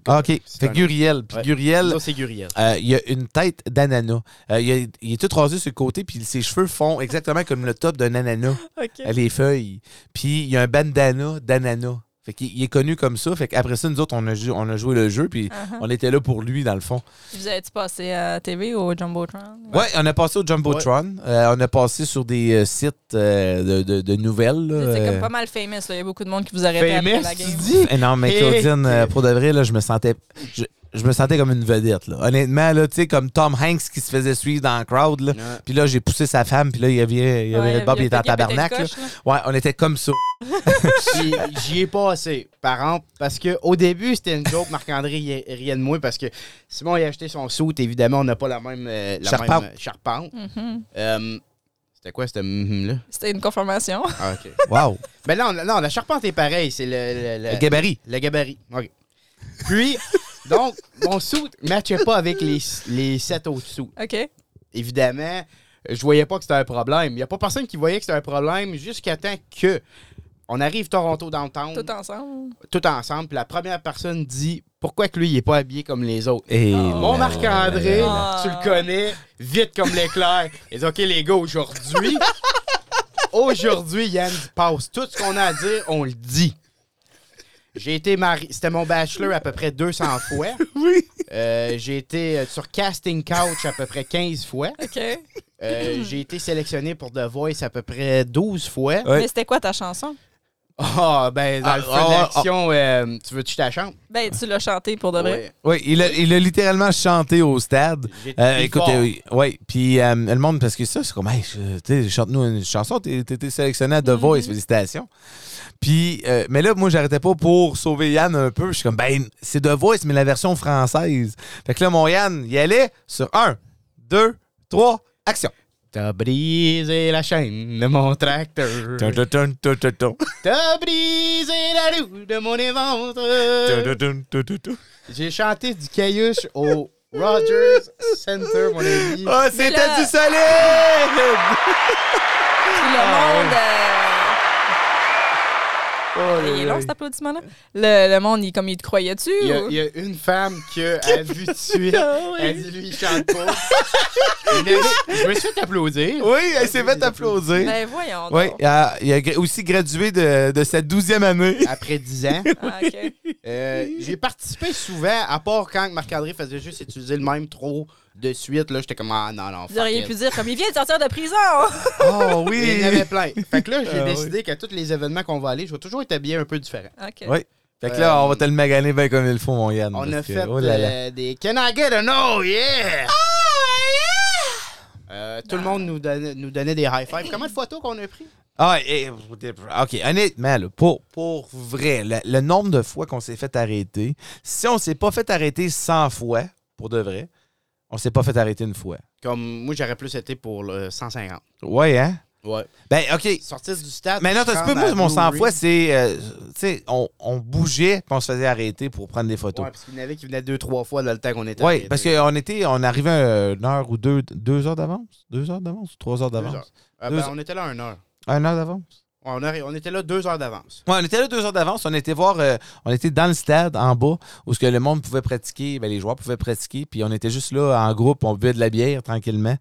[SPEAKER 3] Ah, OK.
[SPEAKER 2] C'est
[SPEAKER 3] Fait
[SPEAKER 2] un-
[SPEAKER 3] Guriel. Puis
[SPEAKER 2] Ouais.
[SPEAKER 3] Guriel,
[SPEAKER 2] Ça, c'est Guriel.
[SPEAKER 3] euh, il a une tête d'ananas. Euh, il, a- il est tout rasé sur le côté, puis ses cheveux font exactement comme le top d'un ananas,
[SPEAKER 1] OK.
[SPEAKER 3] les feuilles. Puis il a un bandana d'ananas. Fait qu'il il est connu comme ça. Fait qu'après ça, nous autres, on a, jou- on a joué le jeu, puis
[SPEAKER 1] Uh-huh.
[SPEAKER 3] on était là pour lui, dans le fond.
[SPEAKER 1] Vous avez-tu passé à la TV ou au Jumbotron?
[SPEAKER 3] Ouais, on a passé au Jumbotron. Euh, on a passé sur des euh, sites euh, de, de- de nouvelles. là.
[SPEAKER 1] C'est
[SPEAKER 3] Euh,
[SPEAKER 1] comme pas mal famous. là. Il y a beaucoup de monde qui vous arrêtait après
[SPEAKER 2] Famous,
[SPEAKER 1] la game.
[SPEAKER 2] tu dis?
[SPEAKER 3] Eh Non, mais
[SPEAKER 2] Et-
[SPEAKER 3] Claudine, euh, pour de vrai, là, je me sentais. Je, je me sentais comme une vedette. Là. Honnêtement, là, tu sais, comme Tom Hanks qui se faisait suivre dans le crowd. Là.
[SPEAKER 2] Ouais.
[SPEAKER 3] Puis là, j'ai poussé sa femme, puis là, il y avait, il y avait
[SPEAKER 1] Ouais,
[SPEAKER 3] le Bob,
[SPEAKER 1] il
[SPEAKER 3] il
[SPEAKER 1] a
[SPEAKER 3] était en
[SPEAKER 1] fait- il a pété le
[SPEAKER 3] tabarnak. là.
[SPEAKER 1] coche,
[SPEAKER 3] Ouais, on était comme ça.
[SPEAKER 2] J'y- J'y ai pas assez, par exemple, parce que au début, c'était une joke, Marc-André riait- riait de moi, parce que Simon il a acheté son soute, évidemment, on n'a pas la même, euh, la
[SPEAKER 3] Charpente.
[SPEAKER 2] même, euh, charpente.
[SPEAKER 1] Mhm.
[SPEAKER 2] Euh, c'était quoi, c'était mhm là?
[SPEAKER 1] C'était une confirmation.
[SPEAKER 2] Ah, OK.
[SPEAKER 3] Wow.
[SPEAKER 2] Mais non, non, la charpente est pareille, c'est le, le- le-
[SPEAKER 3] Le Euh, gabarit.
[SPEAKER 2] le gabarit. OK. Puis, donc, mon soute ne matchait pas avec les, les sept autres soutes.
[SPEAKER 1] OK.
[SPEAKER 2] évidemment, je voyais pas que c'était un problème. Il n'y a pas personne qui voyait que c'était un problème jusqu'à temps que on arrive Toronto downtown,
[SPEAKER 1] Tout ensemble.
[SPEAKER 2] tout ensemble, puis la première personne dit pourquoi que lui, il est pas habillé comme les autres.
[SPEAKER 3] Et
[SPEAKER 2] Mon
[SPEAKER 3] Eh,
[SPEAKER 2] Marc-André,
[SPEAKER 1] Ah.
[SPEAKER 2] tu le connais, vite comme l'éclair. Il dit OK, les gars, aujourd'hui, aujourd'hui, Yann passe. Tout ce qu'on a à dire, on le dit. J'ai été marié. C'était mon bachelor à peu près 200 fois.
[SPEAKER 3] Oui.
[SPEAKER 2] Euh, J'ai été euh, sur Casting Couch à peu près 15 fois.
[SPEAKER 1] OK.
[SPEAKER 2] Euh, j'ai été sélectionné pour The Voice à peu près 12 fois.
[SPEAKER 3] Ouais.
[SPEAKER 1] Mais c'était quoi ta chanson?
[SPEAKER 2] Ah, ben, dans
[SPEAKER 3] Ah,
[SPEAKER 2] le feu
[SPEAKER 3] ah,
[SPEAKER 2] de
[SPEAKER 3] ah,
[SPEAKER 2] l'action, euh, tu veux-tu que je ta chambre?
[SPEAKER 1] Ben, tu l'as chanté pour de vrai.
[SPEAKER 3] Oui, il a, il a littéralement chanté au stade.
[SPEAKER 2] J'ai
[SPEAKER 3] Euh,
[SPEAKER 2] été
[SPEAKER 3] écoute,
[SPEAKER 2] fort.
[SPEAKER 3] euh, oui, ouais, puis euh, le monde, parce que ça, c'est comme, hey, je- tu sais, chante-nous une chanson, t'es t'es- t'es sélectionné
[SPEAKER 1] Mm-hmm.
[SPEAKER 3] à The Voice, félicitations. Puis, euh, mais là, moi, j'arrêtais pas pour sauver Yann un peu. Je suis comme, ben, c'est The Voice, mais la version française. Fait que là, mon Yann, il allait sur 1, 2, 3, action.
[SPEAKER 2] T'as brisé la chaîne de mon tracteur.
[SPEAKER 3] Tun, tun, tun, tun, tun, tun.
[SPEAKER 2] T'as brisé la roue de mon
[SPEAKER 3] Tun,
[SPEAKER 2] éventre.
[SPEAKER 3] tun, tun, tun, tun, tun.
[SPEAKER 2] J'ai chanté du caillouche au Rogers Center, mon ami.
[SPEAKER 3] Ah, c'était
[SPEAKER 1] là-
[SPEAKER 3] du solide! Ah,
[SPEAKER 1] Puis le monde. euh,
[SPEAKER 2] Oh
[SPEAKER 1] Il est long, cet applaudissement-là. Le, le monde, il, comme il te croyait dessus.
[SPEAKER 2] Il y, a,
[SPEAKER 1] ou-
[SPEAKER 2] il y a une femme qui a vu tout de suite.
[SPEAKER 1] Ah oui.
[SPEAKER 2] Elle dit lui, il chante pas. Mais je me suis fait applaudir.
[SPEAKER 3] Oui, elle s'est fait applaudir.
[SPEAKER 1] Ben voyons.
[SPEAKER 3] Oui,
[SPEAKER 1] donc.
[SPEAKER 3] il a, il a gra- aussi gradué de, de sa douzième année.
[SPEAKER 2] Après 10 ans,
[SPEAKER 1] Ah, ok.
[SPEAKER 2] euh, j'ai participé souvent, à part quand Marc-André faisait juste utiliser le même trop de suite. Là, j'étais comme, ah non, non.
[SPEAKER 1] Vous
[SPEAKER 2] fuck
[SPEAKER 1] auriez
[SPEAKER 2] it.
[SPEAKER 1] pu dire comme il vient de sortir de prison.
[SPEAKER 3] Oh
[SPEAKER 2] Il y en avait plein. Fait que là, j'ai
[SPEAKER 3] Ah oui.
[SPEAKER 2] décidé qu'à tous les événements qu'on va aller, je vais toujours être habillé un peu différent.
[SPEAKER 1] Ah, Ok.
[SPEAKER 3] Oui. Fait que là,
[SPEAKER 2] Euh,
[SPEAKER 3] on va te le maganer bien comme il faut, mon Yann.
[SPEAKER 2] On a
[SPEAKER 3] parce que-
[SPEAKER 2] fait
[SPEAKER 3] oh là là.
[SPEAKER 2] euh, des Can I get a no? Yeah! Euh, tout le monde nous donnait, nous donnait des high fives. Combien de photos qu'on a pris?
[SPEAKER 3] Ah, et- OK, honnêtement, là, pour, pour vrai, le, le nombre de fois qu'on s'est fait arrêter, si on s'est pas fait arrêter 100 fois, pour de vrai, on s'est pas fait arrêter une fois.
[SPEAKER 2] Comme moi, j'aurais plus été pour le 150.
[SPEAKER 3] Ouais, hein?
[SPEAKER 2] Ouais.
[SPEAKER 3] Ben, OK.
[SPEAKER 2] Sortir du stade.
[SPEAKER 3] Maintenant,
[SPEAKER 2] Ah, tu
[SPEAKER 3] t'as un peu,
[SPEAKER 2] rentres à
[SPEAKER 3] moi, mon
[SPEAKER 2] Blue
[SPEAKER 3] 100
[SPEAKER 2] Ridge.
[SPEAKER 3] fois, c'est. euh, tu sais, on, on bougeait, puis on se faisait arrêter pour prendre des photos.
[SPEAKER 2] Ouais, parce qu'il y en avait qui venaient deux, trois fois dans le temps qu'on était
[SPEAKER 3] Oui,
[SPEAKER 2] arrêtés.
[SPEAKER 3] parce qu'on était, on arrivait euh, une heure ou deux, deux heures d'avance, deux heures d'avance, trois heures
[SPEAKER 2] Deux
[SPEAKER 3] d'avance,
[SPEAKER 2] heures. Ah,
[SPEAKER 3] deux
[SPEAKER 2] ben,
[SPEAKER 3] heures.
[SPEAKER 2] on était là une heure.
[SPEAKER 3] un heure d'avance.
[SPEAKER 2] On, arri- on était là deux heures d'avance.
[SPEAKER 3] Ouais, on était là deux heures d'avance. On était voir, euh, on était dans le stade en bas où ce que le monde pouvait pratiquer, ben, les joueurs pouvaient pratiquer, puis on était juste là en groupe, on buvait de la bière tranquillement.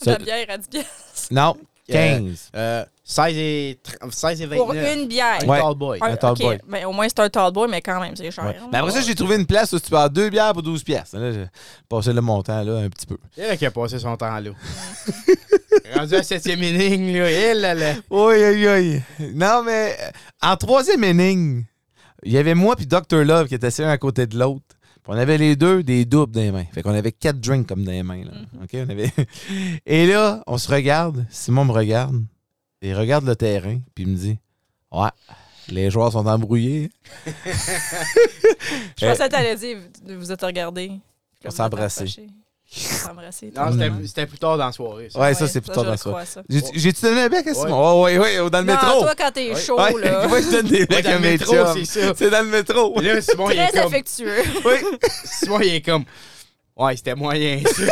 [SPEAKER 1] De la
[SPEAKER 3] Ça-
[SPEAKER 1] bière à 10 piastres.
[SPEAKER 3] Non, 15.
[SPEAKER 2] Euh, 16 et, tr- 16 et 29.
[SPEAKER 1] Pour une bière.
[SPEAKER 3] Ouais.
[SPEAKER 2] Tall boy.
[SPEAKER 1] Un-
[SPEAKER 3] un tall
[SPEAKER 1] ok,
[SPEAKER 3] boy.
[SPEAKER 1] ben, au moins, c'est un tall boy, mais quand même, c'est cher.
[SPEAKER 3] Ouais.
[SPEAKER 1] hein.
[SPEAKER 3] Ben, après ça, j'ai trouvé une place où tu peux avoir deux bières pour 12 pièces. Là, j'ai passé le montant là un petit peu.
[SPEAKER 2] Il y en a qui a passé son temps là. Rendu à septième inning, là. Il, là, là.
[SPEAKER 3] Oui, oui, oui. Non, mais euh, en troisième inning, il y avait moi puis Dr. Love qui étaient assis un à côté de l'autre. Puis on avait les deux des doubles dans les mains. Fait qu'on avait quatre drinks comme dans les mains. Là. OK? On avait... Et là, on se regarde. Simon me regarde. Et il regarde le terrain. Puis il me dit Ouais, les joueurs sont embrouillés.
[SPEAKER 1] Je pensais que t'allais dire, vous êtes regardés.
[SPEAKER 3] Euh, On s'est embrassés.
[SPEAKER 1] S'embrasser.
[SPEAKER 2] Non, c'était- c'était plus tard dans la soirée. ça.
[SPEAKER 3] Ouais, ça, c'est plutôt dans ça. J'ai-
[SPEAKER 2] Ouais.
[SPEAKER 3] J'ai-tu donné un bec à Simon? Oh, oui, oui, dans le
[SPEAKER 1] Non,
[SPEAKER 3] métro.
[SPEAKER 1] toi, quand t'es
[SPEAKER 2] Ouais.
[SPEAKER 1] chaud,
[SPEAKER 3] Ouais,
[SPEAKER 1] là.
[SPEAKER 3] Moi, je donne des
[SPEAKER 2] Ouais,
[SPEAKER 3] becs
[SPEAKER 2] dans
[SPEAKER 3] à
[SPEAKER 2] le
[SPEAKER 3] mes
[SPEAKER 2] métro,
[SPEAKER 3] chums.
[SPEAKER 2] c'est ça.
[SPEAKER 3] C'est dans le métro.
[SPEAKER 2] Et Là, Simon, il est
[SPEAKER 1] Très
[SPEAKER 2] comme...
[SPEAKER 1] affectueux.
[SPEAKER 3] Oui.
[SPEAKER 2] Simon, il est comme... Ouais, c'était moyen. ça.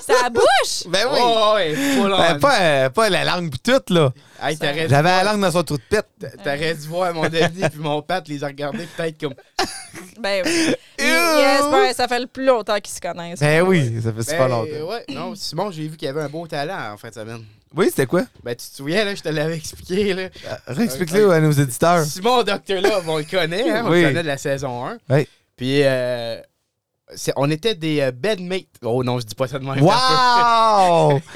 [SPEAKER 1] Ça la bouche!
[SPEAKER 3] Ben oui.
[SPEAKER 2] Oh, ouais, full on.
[SPEAKER 3] Ben, pas, euh, pas la langue pis toute, là.
[SPEAKER 2] Hey, t'aurais dû-
[SPEAKER 3] J'avais la langue dans son trou de pète.
[SPEAKER 2] T'aurais dû voir mon Denis puis mon Pat les regarder peut-être comme...
[SPEAKER 1] Ben oui. Mais, yes, ben, ça fait le plus longtemps qu'ils se connaissent.
[SPEAKER 3] Ben oui, ça fait super
[SPEAKER 2] Ben,
[SPEAKER 3] longtemps.
[SPEAKER 2] Ouais, non, Simon, j'ai vu qu'il y avait un beau talent en fin de semaine.
[SPEAKER 3] Oui, c'était quoi? Euh,
[SPEAKER 2] Ben, tu te souviens, là, je te l'avais expliqué, là.
[SPEAKER 3] Réexplique-le à nos éditeurs.
[SPEAKER 2] Simon Docteur Love, on le connaît, hein, on
[SPEAKER 3] Oui.
[SPEAKER 2] le connaît de la saison 1.
[SPEAKER 3] Oui.
[SPEAKER 2] Puis, euh, c'est- on était des euh, bedmates. Oh non, je dis pas ça de même.
[SPEAKER 3] Wow!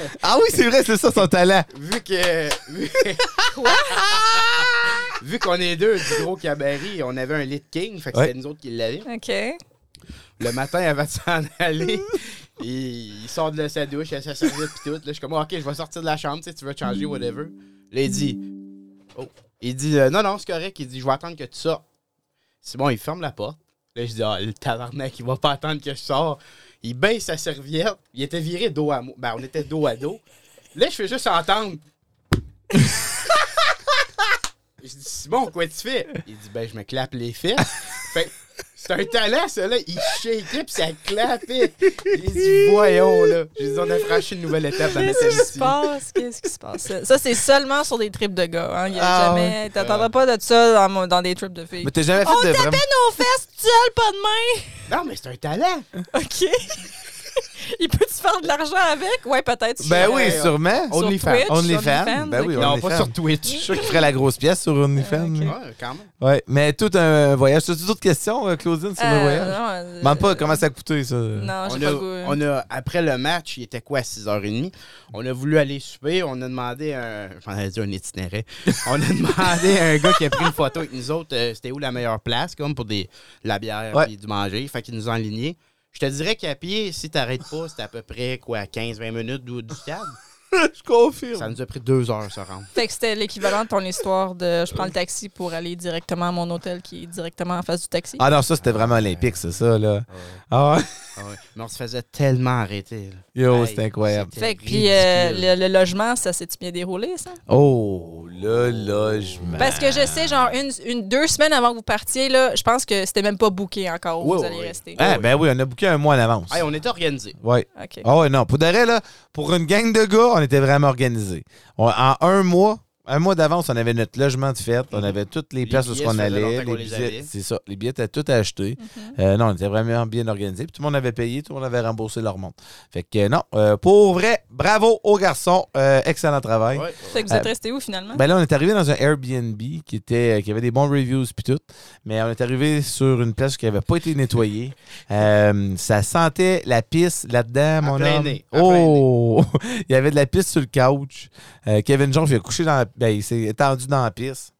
[SPEAKER 3] Ah oui, c'est vrai, c'est ça son talent.
[SPEAKER 2] Vu que. Vu, vu qu'on est deux du gros cabaret, on avait un lit king, fait que
[SPEAKER 3] Ouais.
[SPEAKER 2] c'était nous autres qui l'avions.
[SPEAKER 1] OK. Hey,
[SPEAKER 2] Le matin, avant de s'en aller, il, il sort de sa douche, elle s'est serviette pis tout. Là, je suis comme, ok, je vais sortir de la chambre, tu sais, tu veux te
[SPEAKER 3] Mm.
[SPEAKER 2] changer, whatever. Là, il dit, oh, il dit, euh, non, non, c'est correct. Il dit, je vais attendre que tu sortes. C'est bon, il ferme la porte. Là, je dis, ah, le tabarnak, il va pas attendre que je sors. Il baisse sa serviette. Il était viré dos à moi. Ben, on était dos à dos. Là, je fais juste entendre. je dis, Simon, quoi tu fais? Il dit, ben, je me clappe les fesses. Fait que c'est un talent, ça, là. Il shakeait, puis ça clapait. Il dit, voyons, là. J'ai dit, on a franchi une nouvelle étape dans notre
[SPEAKER 1] Qu'est-ce qui
[SPEAKER 2] amitié.
[SPEAKER 1] se passe? Qu'est-ce qui se passe? Ça, c'est seulement sur des trips de gars. Hein. Il y a
[SPEAKER 3] Ah,
[SPEAKER 1] jamais... T'entendras pas de ça dans, mon- dans des trips de filles.
[SPEAKER 3] Mais t'as jamais fait
[SPEAKER 1] On
[SPEAKER 3] de
[SPEAKER 1] tapait
[SPEAKER 3] vraiment.
[SPEAKER 1] nos fesses tout seul, pas de
[SPEAKER 2] Non, mais c'est un talent.
[SPEAKER 1] main! OK. Il peut-tu faire de l'argent avec? Ouais, peut-être.
[SPEAKER 3] Ben
[SPEAKER 1] sur-
[SPEAKER 3] oui,
[SPEAKER 1] sur
[SPEAKER 3] sûrement.
[SPEAKER 2] On- OnlyFans.
[SPEAKER 1] Twitch,
[SPEAKER 3] OnlyFans. Ben oui,
[SPEAKER 1] OK.
[SPEAKER 2] Non,
[SPEAKER 3] est
[SPEAKER 2] pas
[SPEAKER 3] fan.
[SPEAKER 2] sur
[SPEAKER 3] Je suis
[SPEAKER 2] Twitch.
[SPEAKER 3] sûr qu'il ferait la grosse pièce sur OnlyFans.
[SPEAKER 1] Ok.
[SPEAKER 3] là.
[SPEAKER 2] Ouais, quand même.
[SPEAKER 3] Ouais, mais tout un voyage. T'as-tu d'autres questions, euh, Claudine, sur le
[SPEAKER 1] Euh,
[SPEAKER 3] voyage?
[SPEAKER 1] non, euh,
[SPEAKER 3] M'en pas comment ça a coûté, ça.
[SPEAKER 1] Non, Ah, j'ai
[SPEAKER 2] On
[SPEAKER 1] pas
[SPEAKER 2] a,
[SPEAKER 1] le goût. hein.
[SPEAKER 2] on a- après le match, il était quoi, à 6h30? On a voulu aller souper, on a demandé un. J'en avais dit un itinéraire. on a demandé à un gars qui a pris une photo avec nous autres, euh, c'était où la meilleure place, comme pour des, la bière
[SPEAKER 3] Ouais.
[SPEAKER 2] et du manger. Fait qu'il nous a enlignés. Je te dirais qu'à pied, si t'arrêtes pas, c'est à peu près quoi, 15-20 minutes du, du stade.
[SPEAKER 3] Je confirme.
[SPEAKER 2] Ça nous a pris deux heures se rendre.
[SPEAKER 1] Fait que c'était l'équivalent de ton histoire de je prends le taxi pour aller directement à mon hôtel qui est directement en face du taxi.
[SPEAKER 3] Ah non, ça, c'était vraiment olympique, c'est ça, là. Ah ouais.
[SPEAKER 2] Ah ouais. Mais on se faisait tellement arrêter. là.
[SPEAKER 3] Yo,
[SPEAKER 2] Hey,
[SPEAKER 3] c'était incroyable.
[SPEAKER 2] c'était
[SPEAKER 1] fait que puis euh,
[SPEAKER 2] ridicule.
[SPEAKER 1] le, le logement, ça s'est bien déroulé, ça?
[SPEAKER 3] Oh, le logement.
[SPEAKER 1] Parce que je sais, genre, une, une- deux semaines avant que vous partiez, là, je pense que c'était même pas booké encore où
[SPEAKER 2] Oui,
[SPEAKER 1] vous
[SPEAKER 2] oui,
[SPEAKER 1] allez
[SPEAKER 2] oui.
[SPEAKER 1] rester.
[SPEAKER 3] Ah, ben oui, on a bouqué un mois en avance.
[SPEAKER 2] Hey, on était organisés.
[SPEAKER 3] Ouais.
[SPEAKER 1] OK.
[SPEAKER 3] Ah ouais, non. Pour de vrai, là, pour une gang de gars, on était vraiment organisés. On- en un mois, Un mois d'avance, on avait notre logement de fête, on
[SPEAKER 2] Mhm.
[SPEAKER 3] avait toutes les,
[SPEAKER 2] Les
[SPEAKER 3] places où ce
[SPEAKER 2] billets,
[SPEAKER 3] qu'on
[SPEAKER 2] ça faisait
[SPEAKER 3] allait.
[SPEAKER 2] longtemps qu'on
[SPEAKER 3] Les
[SPEAKER 2] les
[SPEAKER 3] billets,
[SPEAKER 2] avait. Mhm.
[SPEAKER 3] c'est ça. Les billets étaient tout achetés. Euh, non, on était vraiment bien organisé. Puis tout le monde avait payé, tout le monde avait remboursé leur montre. Fait que euh, non, euh, pour vrai, bravo aux garçons. Euh, excellent travail.
[SPEAKER 2] Ouais.
[SPEAKER 1] Fait que vous êtes resté où finalement?
[SPEAKER 3] Ben là, on est arrivé dans un Airbnb qui était euh, qui avait des bons reviews puis tout, mais on est arrivé sur une place qui n'avait pas été nettoyée. Euh, ça sentait la pisse là-dedans, mon
[SPEAKER 2] plein
[SPEAKER 3] homme.
[SPEAKER 2] nez, à plein
[SPEAKER 3] oh, il y avait de la pisse sur le couch. Euh, Kevin Jones il a couché dans, la- ben, il s'est étendu dans la pisse.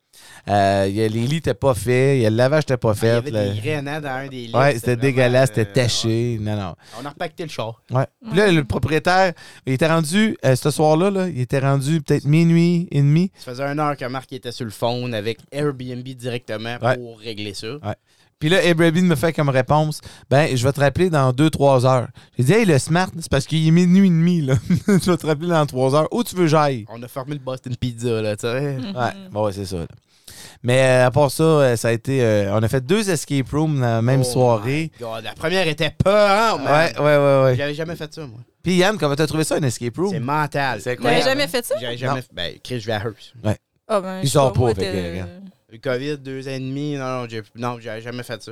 [SPEAKER 3] Euh, il y a- les lits n'étaient pas faits, il y a- le lavage n'était pas
[SPEAKER 2] Ah, Il y
[SPEAKER 3] fait.
[SPEAKER 2] avait
[SPEAKER 3] le-
[SPEAKER 2] des grenades dans un des lits.
[SPEAKER 3] Ouais, c'était
[SPEAKER 2] vraiment,
[SPEAKER 3] dégueulasse,
[SPEAKER 2] euh,
[SPEAKER 3] c'était taché. Non, non.
[SPEAKER 2] ouais. On a repacté le char.
[SPEAKER 3] Ouais. Puis là, le propriétaire, il était rendu, euh, ce soir-là, là, il était rendu peut-être minuit et demi.
[SPEAKER 2] Ça faisait une heure que Marc était sur le phone avec Airbnb directement
[SPEAKER 3] Ouais.
[SPEAKER 2] pour régler ça.
[SPEAKER 3] Puis là, Airbnb me fait comme réponse Ben, je vais te rappeler dans 2-3 heures. J'ai dit Hey, le smart, c'est parce qu'il est minuit et demi, là. je vais te rappeler dans 3 heures. Où tu veux que j'aille
[SPEAKER 2] On a formé le Boston Pizza, là, tu sais.
[SPEAKER 3] Ouais, bon, ouais, c'est ça. là. Mais euh, à part ça, euh, ça a été. euh, on a fait deux escape rooms dans la même
[SPEAKER 2] Oh
[SPEAKER 3] soirée.
[SPEAKER 2] my God, la première était peur,
[SPEAKER 3] Ouais, ouais, ouais, ouais.
[SPEAKER 2] J'avais jamais fait ça, moi.
[SPEAKER 3] Puis Yann, comment t'as trouvé ça, un escape
[SPEAKER 2] C'est
[SPEAKER 3] room
[SPEAKER 2] mental.
[SPEAKER 1] T'avais
[SPEAKER 3] C'est incroyable.
[SPEAKER 1] jamais fait ça?
[SPEAKER 2] J'avais jamais fait. Ben, Chris, je vais à Hearst.
[SPEAKER 1] Ah ben,
[SPEAKER 3] Ils
[SPEAKER 1] je sais
[SPEAKER 3] sortent
[SPEAKER 1] moi,
[SPEAKER 3] pas, fait que,
[SPEAKER 1] t'es-
[SPEAKER 3] regarde.
[SPEAKER 2] Le COVID, deux ans et demi. Non, non, j'ai- non, j'avais jamais fait ça.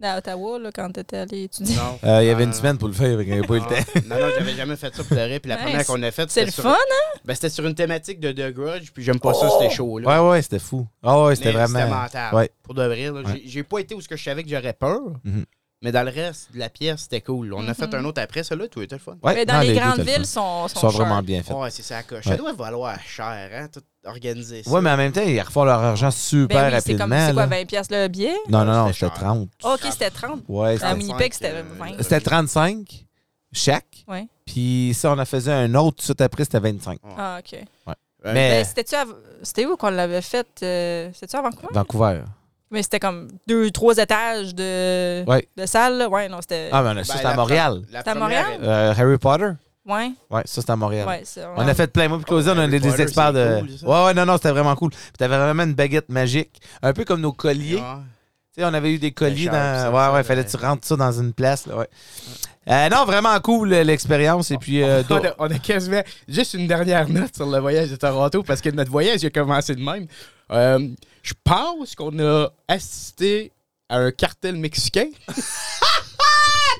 [SPEAKER 1] Dans euh, Ottawa, là, quand t'étais allé étudier.
[SPEAKER 2] Non.
[SPEAKER 3] Euh, Il y
[SPEAKER 2] Non,
[SPEAKER 3] avait une
[SPEAKER 2] non,
[SPEAKER 3] semaine pour le faire, il n'y avait pas eu
[SPEAKER 2] non.
[SPEAKER 3] le temps.
[SPEAKER 2] Non, non, j'avais jamais fait ça pour le vrai. Puis la
[SPEAKER 1] Nice.
[SPEAKER 2] première qu'on a faite,
[SPEAKER 1] C'est
[SPEAKER 2] c'était
[SPEAKER 1] le
[SPEAKER 2] sur-
[SPEAKER 1] fun, hein?
[SPEAKER 2] ben, c'était sur une thématique de The Grudge, puis j'aime pas ça,
[SPEAKER 3] Oh!
[SPEAKER 2] c'était chaud, là.
[SPEAKER 3] Ouais, ouais, c'était fou. Ah ouais, c'était
[SPEAKER 2] Mais
[SPEAKER 3] vraiment.
[SPEAKER 2] mental.
[SPEAKER 3] Ouais.
[SPEAKER 2] Pour de vrai, là.
[SPEAKER 3] Ouais.
[SPEAKER 2] J'ai- j'ai pas été où ce que je savais que j'aurais peur,
[SPEAKER 3] Mhm.
[SPEAKER 2] mais dans le reste de la pièce, c'était cool. On a
[SPEAKER 1] Mhm.
[SPEAKER 2] fait un autre après, celui-là, tout était le fun.
[SPEAKER 3] Ouais,
[SPEAKER 1] Mais dans
[SPEAKER 3] non,
[SPEAKER 1] les
[SPEAKER 3] deux,
[SPEAKER 1] grandes
[SPEAKER 3] t'as le fun.
[SPEAKER 1] villes, sont,
[SPEAKER 3] Ils
[SPEAKER 1] sont,
[SPEAKER 3] sont
[SPEAKER 1] chers.
[SPEAKER 3] vraiment bien faits.
[SPEAKER 2] Ouais, c'est ça, la coche.
[SPEAKER 3] Ouais.
[SPEAKER 2] Ça doit valoir cher, hein, tout organiser ça.
[SPEAKER 3] Ouais, mais en même temps, ils refont leur argent super
[SPEAKER 1] Ben oui, c'est
[SPEAKER 3] rapidement.
[SPEAKER 1] comme, c'est quoi,
[SPEAKER 3] là.
[SPEAKER 1] 20 piastres le billet?
[SPEAKER 3] Non, non, non,
[SPEAKER 2] C'était
[SPEAKER 3] c'était
[SPEAKER 2] cher.
[SPEAKER 3] 30.
[SPEAKER 1] Ah, OK, c'était 30.
[SPEAKER 3] Ouais,
[SPEAKER 1] À
[SPEAKER 3] c'était-
[SPEAKER 1] Winnipeg, c'était
[SPEAKER 2] euh,
[SPEAKER 1] 20.
[SPEAKER 3] c'était 35 chaque.
[SPEAKER 1] Ouais.
[SPEAKER 3] Puis ça, on en faisait un autre tout de suite après, c'était 25.
[SPEAKER 1] Ah,
[SPEAKER 3] Eh.
[SPEAKER 1] OK.
[SPEAKER 2] Ouais.
[SPEAKER 3] Mais
[SPEAKER 1] Ben, c'était-tu av- c'était où qu'on l'avait fait? euh, C'était-tu à Vancouver?
[SPEAKER 3] Vancouver.
[SPEAKER 1] Mais c'était comme deux, trois étages de,
[SPEAKER 3] Ouais.
[SPEAKER 1] de salle. là. Ouais, non, c'était...
[SPEAKER 3] Ah, mais on a
[SPEAKER 2] Ben,
[SPEAKER 3] ça, c'était
[SPEAKER 2] la
[SPEAKER 3] à
[SPEAKER 2] pre-
[SPEAKER 3] Montréal.
[SPEAKER 2] la
[SPEAKER 1] C'était à
[SPEAKER 2] première,
[SPEAKER 1] Montréal?
[SPEAKER 3] Euh, Harry Potter.
[SPEAKER 1] ouais,
[SPEAKER 3] Ouais, ça, c'était à Montréal.
[SPEAKER 1] ouais. c'est-
[SPEAKER 3] On a fait plein. Moi, puis Claudie, on a
[SPEAKER 2] Harry
[SPEAKER 3] des
[SPEAKER 2] Potter,
[SPEAKER 3] experts de.
[SPEAKER 2] c'est cool, ça.
[SPEAKER 3] ouais, ouais, non, non, c'était vraiment cool. Puis t'avais vraiment une baguette magique. Un peu comme nos
[SPEAKER 2] elle-
[SPEAKER 3] colliers.
[SPEAKER 2] Ah.
[SPEAKER 3] Tu sais, on avait eu des colliers
[SPEAKER 2] Les
[SPEAKER 3] dans.
[SPEAKER 2] charges, ça,
[SPEAKER 3] ouais,
[SPEAKER 2] ça,
[SPEAKER 3] ouais,
[SPEAKER 2] ouais.
[SPEAKER 3] fallait que tu rentres ça dans une place, là, ouais. Euh, non, vraiment cool euh, l'expérience. Et puis.
[SPEAKER 2] Ah.
[SPEAKER 3] euh,
[SPEAKER 2] on,
[SPEAKER 3] d'autres-
[SPEAKER 2] a, on a quasiment juste une dernière note sur le voyage de Toronto parce que notre voyage il a commencé de même. Euh, je pense qu'on a assisté à un cartel mexicain.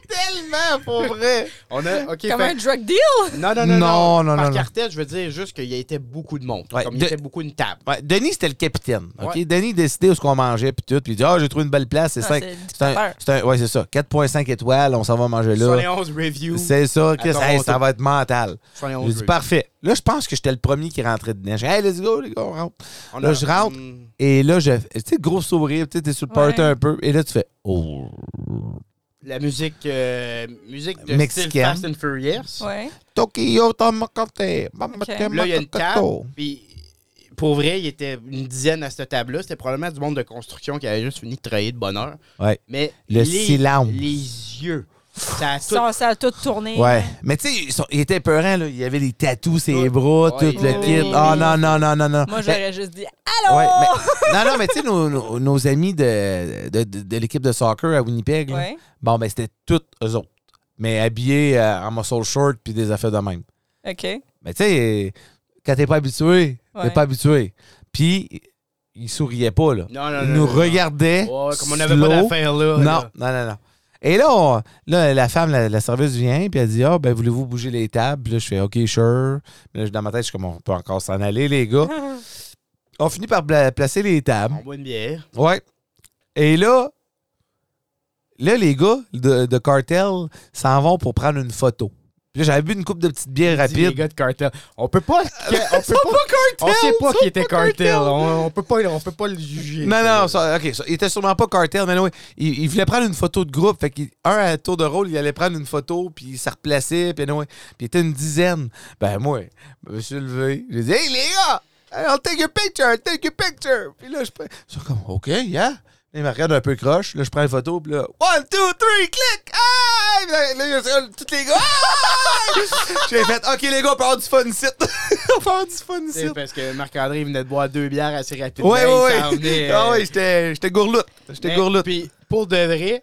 [SPEAKER 3] tellement pour vrai.
[SPEAKER 2] On a, ok,
[SPEAKER 1] Comme
[SPEAKER 2] fait-
[SPEAKER 1] un drug deal?
[SPEAKER 2] non, non, non,
[SPEAKER 3] Non,
[SPEAKER 2] non,
[SPEAKER 3] non,
[SPEAKER 2] Par
[SPEAKER 3] non, non.
[SPEAKER 2] cartel, je veux dire juste qu'il y a été beaucoup de monde.
[SPEAKER 3] Ouais,
[SPEAKER 2] comme il
[SPEAKER 3] de-
[SPEAKER 2] y était beaucoup une table.
[SPEAKER 3] Ouais, Denis, c'était le capitaine. ok?
[SPEAKER 2] Ouais.
[SPEAKER 3] Denis décidait où ce qu'on mangeait, puis tout. Puis il dit Ah, j'ai trouvé une belle place. C'est
[SPEAKER 1] Ah,
[SPEAKER 3] cinq-
[SPEAKER 1] c'est
[SPEAKER 3] c'est un,
[SPEAKER 1] l'heure.
[SPEAKER 3] c'est un- Ouais, c'est ça. 4,5 étoiles, on s'en va manger là.
[SPEAKER 2] 71 reviews.
[SPEAKER 3] C'est ça, Chris.
[SPEAKER 2] Toronto.
[SPEAKER 3] Hey, ça va être mental. J'ai
[SPEAKER 2] 71
[SPEAKER 3] dit Parfait. Là, je pense que j'étais le premier qui rentrait dedans. J'ai dit Hey, let's go, les gars, on rentre.
[SPEAKER 2] On
[SPEAKER 3] là,
[SPEAKER 2] a-
[SPEAKER 3] je rentre.
[SPEAKER 2] Hmm.
[SPEAKER 3] Et là, je. Tu sais, gros sourire, tu sais, t'es sur le party
[SPEAKER 1] Ouais.
[SPEAKER 3] un peu. Et là, tu fais Oh.
[SPEAKER 2] La musique, euh, musique de
[SPEAKER 3] Mexicaine.
[SPEAKER 2] style Fast and Furious.
[SPEAKER 1] Ouais.
[SPEAKER 3] Tokyo, Tamakate.
[SPEAKER 2] Là, il y a une table. Puis, pour vrai, il était une dizaine à cette table-là. C'était probablement du monde de construction qui avait juste fini de travailler de bonne heure.
[SPEAKER 3] Ouais.
[SPEAKER 2] Mais
[SPEAKER 3] Le
[SPEAKER 2] les,
[SPEAKER 3] silence.
[SPEAKER 2] Les yeux. Ça a tout.
[SPEAKER 1] Ça, ça a tout tourné.
[SPEAKER 3] Ouais. Mais tu sais, ils sont- il était peurant, là. Il y avait des tatous, ses
[SPEAKER 2] Tout.
[SPEAKER 3] bras,
[SPEAKER 2] Ouais,
[SPEAKER 3] tout
[SPEAKER 2] il y
[SPEAKER 3] le
[SPEAKER 2] avait
[SPEAKER 3] kit.
[SPEAKER 1] des-
[SPEAKER 3] Ah, non, non, non, non, non.
[SPEAKER 1] Moi,
[SPEAKER 3] Ben,
[SPEAKER 1] j'aurais juste dit...
[SPEAKER 3] Ouais, mais- non, non, mais tu sais, nos, nos- nos amis de, de, de- de l'équipe de soccer à Winnipeg, là,
[SPEAKER 1] Ouais.
[SPEAKER 3] bon, ben c'était toutes eux autres. Mais habillés euh, en muscle short puis des affaires de même.
[SPEAKER 1] OK.
[SPEAKER 3] Mais tu sais, quand t'es pas habitué, t'es
[SPEAKER 1] Ouais.
[SPEAKER 3] pas habitué. Puis, ils souriaient pas, là.
[SPEAKER 2] Non, non,
[SPEAKER 3] Ils
[SPEAKER 2] non,
[SPEAKER 3] nous
[SPEAKER 2] non, non.
[SPEAKER 3] regardaient.
[SPEAKER 2] Ouais, comme on n'avait pas
[SPEAKER 3] slow.
[SPEAKER 2] d'affaires là.
[SPEAKER 3] Non,
[SPEAKER 2] là.
[SPEAKER 3] non, non, non. Et là, on- là, la femme, la, la serveuse vient, puis elle dit Ah, ben, voulez-vous bouger les tables Puis là, je fais OK, sure. Puis là, dans ma tête, je suis comme On peut encore s'en aller, les gars. on finit par pla- placer les tables.
[SPEAKER 2] On boit une bière.
[SPEAKER 3] Ouais. Et là, là, les gars de, de Cartel s'en vont pour prendre une photo. Puis là, j'avais bu une coupe de petites bières
[SPEAKER 2] Dis, Les
[SPEAKER 3] rapides.
[SPEAKER 2] gars de cartel. On peut pas. On peut pas. On sait pas qui était cartel. On, on peut pas. On peut pas le juger.
[SPEAKER 3] Non, non, ça- OK. ça- il était sûrement pas cartel, mais non, il, il voulait prendre une photo de groupe. Fait qu'un à tour de rôle, il allait prendre une photo, puis il se replaçait, puis anyway, puis il était une dizaine. Ben, moi, je me suis levé. J'ai dit, hey, les gars, hey, I'll take your picture, I'll take your picture. Puis là, je prends. Ils sont comme, OK, yeah. Là, Il me regarde un peu croche. Là, je prends une photo. Puis là, one, two, three, click! Ah! Puis Là, là, il y a- tous les gars. Ah! J'ai fait, OK, les gars, on peut avoir du fun ici. on peut avoir du fun ici.
[SPEAKER 2] C'est parce que Marc-André venait de boire deux bières assez rapidement.
[SPEAKER 3] Ouais,
[SPEAKER 2] il
[SPEAKER 3] ouais, Ah
[SPEAKER 2] s'en
[SPEAKER 3] ouais.
[SPEAKER 2] venait, euh,
[SPEAKER 3] Ah ouais, j'étais j'étais gourloute. J'étais
[SPEAKER 2] Mais,
[SPEAKER 3] gourloute.
[SPEAKER 2] Puis pour de vrai,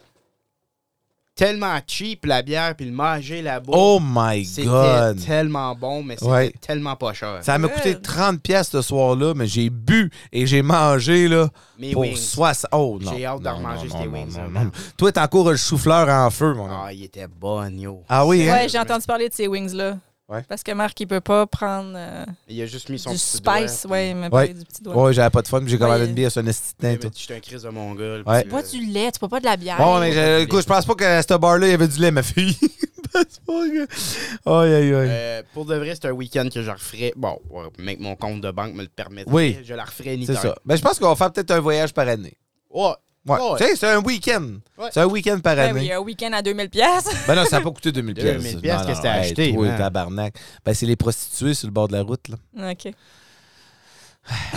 [SPEAKER 2] tellement cheap, la bière, puis le manger là-bas.
[SPEAKER 3] Oh my
[SPEAKER 2] C'était
[SPEAKER 3] God!
[SPEAKER 2] tellement bon, mais c'était
[SPEAKER 3] Ouais.
[SPEAKER 2] tellement pas cher.
[SPEAKER 3] Ça m'a coûté 30 pièces ce soir-là, mais j'ai bu et j'ai mangé là,
[SPEAKER 2] Mes
[SPEAKER 3] pour
[SPEAKER 2] wings.
[SPEAKER 3] 60... Oh non!
[SPEAKER 2] J'ai hâte d'en
[SPEAKER 3] Non,
[SPEAKER 2] manger
[SPEAKER 3] non,
[SPEAKER 2] ces
[SPEAKER 3] non,
[SPEAKER 2] wings, hein.
[SPEAKER 3] non,
[SPEAKER 2] là.
[SPEAKER 3] non, non. Toi, t'es encore le chou-fleur en feu, mon homme.
[SPEAKER 2] Ah, il était bon, yo.
[SPEAKER 3] Ah oui, hein?
[SPEAKER 1] Ouais, j'ai entendu parler de ces wings-là.
[SPEAKER 3] Ouais.
[SPEAKER 1] Parce que Marc, il peut pas prendre euh,
[SPEAKER 2] Il a juste mis son
[SPEAKER 1] du
[SPEAKER 2] petit doigt,
[SPEAKER 1] spice. Ouais, il m'a
[SPEAKER 3] Ouais.
[SPEAKER 1] pris du petit doigt.
[SPEAKER 3] Ouais, j'avais pas de fun, puis j'ai commandé
[SPEAKER 1] Ouais.
[SPEAKER 3] une bière sur un esti de
[SPEAKER 2] puis-
[SPEAKER 3] teint,
[SPEAKER 2] Mais
[SPEAKER 3] toi.
[SPEAKER 2] J'étais un crise de euh, mon gars. le
[SPEAKER 3] Ouais.
[SPEAKER 2] petit,
[SPEAKER 1] Bois
[SPEAKER 2] là.
[SPEAKER 1] du lait, tu peux pas de la bière.
[SPEAKER 3] Ouais, mais j'ai- écoute, je pense pas qu'à ce bar-là, il y avait du lait, ma fille. Parce pas que- Aïe, aïe, aïe.
[SPEAKER 2] Euh, pour de vrai, c'est un week-end que je referais. Bon, ouais, mais que mon compte de banque me le permettrait.
[SPEAKER 3] Oui.
[SPEAKER 2] Je la referais ni Oh,
[SPEAKER 3] C'est ça. Mais je pense qu'on va faire peut-être un voyage par année.
[SPEAKER 2] Ouais.
[SPEAKER 3] Ouais.
[SPEAKER 2] Ouais.
[SPEAKER 3] Tu sais, c'est un week-end.
[SPEAKER 2] Ouais.
[SPEAKER 3] C'est un week-end par
[SPEAKER 1] Ben
[SPEAKER 3] année.
[SPEAKER 1] oui, un week-end à 2000 pièces.
[SPEAKER 3] Ben non, ça n'a pas coûté 2000 pièces.
[SPEAKER 2] 2000 pièces,
[SPEAKER 3] Non,
[SPEAKER 2] qu'est-ce que t'as
[SPEAKER 3] non, hey,
[SPEAKER 2] acheté,
[SPEAKER 3] toi,
[SPEAKER 2] man?
[SPEAKER 3] tabarnak. Ben, c'est les prostituées sur le bord de la route, là.
[SPEAKER 1] OK.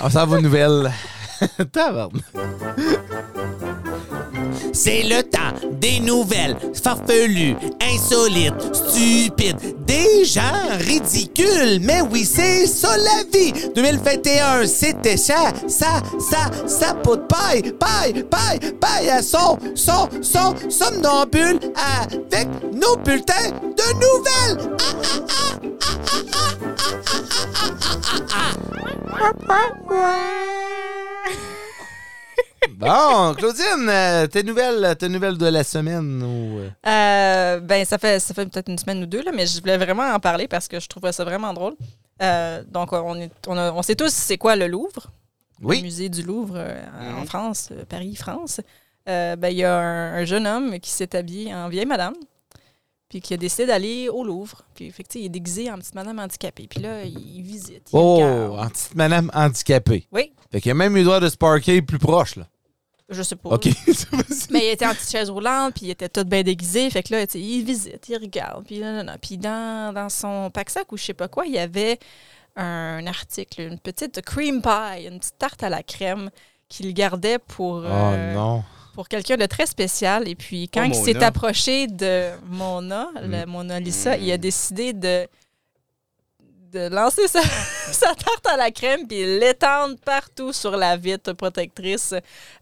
[SPEAKER 3] On s'en va aux nouvelles. Tabarnak. C'est le temps des nouvelles farfelues, insolites, stupides, des gens ridicules. Mais oui, c'est ça la vie. 2021, c'était ça, ça, ça, ça, pot de paille, paille, paille, paille à son, son, son, somnambule avec nos bulletins de nouvelles. Ah, ah, ah, ah, ah, ah, ah, ah, ah, ah, ah. Bon, Claudine, euh, tes, nouvelles, tes nouvelles de la semaine ou. euh,
[SPEAKER 1] Euh, ben, ça fait, ça fait peut-être une semaine ou deux, là, mais je voulais vraiment en parler parce que je trouverais ça vraiment drôle. Euh, donc, on, est, on, a- on sait tous c'est quoi le Louvre, le
[SPEAKER 3] Oui.
[SPEAKER 1] musée du Louvre euh, en- en
[SPEAKER 2] Mhm.
[SPEAKER 1] France, euh, Paris, France. Euh, ben, il y a un, un jeune homme qui s'est habillé en vieille madame, puis qui a décidé d'aller au Louvre. Puis, fait que, tu sais, il est déguisé en petite madame handicapée. Puis là, il visite. il
[SPEAKER 3] Oh,
[SPEAKER 1] regarde.
[SPEAKER 3] en petite madame handicapée.
[SPEAKER 1] Oui,
[SPEAKER 3] Fait qu'il a même eu le droit de se parker plus proche, là.
[SPEAKER 1] je sais pas.
[SPEAKER 3] OK.
[SPEAKER 1] Mais il était en petite chaise roulante, puis il était tout bien déguisé. Fait que là, tu sais, il visite, il regarde, puis là, là, là. Puis dans, dans son pack-sac ou je sais pas quoi, il y avait un article, une petite cream pie, une petite tarte à la crème qu'il gardait pour,
[SPEAKER 3] oh
[SPEAKER 2] Ah,
[SPEAKER 1] euh,
[SPEAKER 3] non.
[SPEAKER 1] pour quelqu'un de très spécial. Et puis quand
[SPEAKER 2] Oh,
[SPEAKER 1] il s'est
[SPEAKER 2] Mona.
[SPEAKER 1] approché de Mona, le Mona Lisa, il a décidé de de lancer sa, sa tarte à la crème puis l'étendre partout sur la vitre protectrice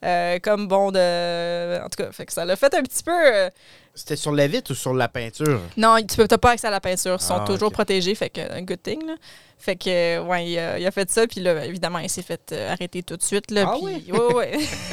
[SPEAKER 1] euh, comme bon de en tout cas fait que ça l'a fait un petit peu euh,
[SPEAKER 2] C'était sur la vitre ou sur la peinture?
[SPEAKER 1] non tu peux t'as pas accès à la peinture ils sont
[SPEAKER 2] Ah,
[SPEAKER 1] toujours
[SPEAKER 2] ok.
[SPEAKER 1] protégés fait que un good thing là. fait que euh, ouais il a, il a fait ça puis là évidemment il s'est fait euh, arrêter tout de suite là
[SPEAKER 2] Ah
[SPEAKER 1] puis- ouais, ouais.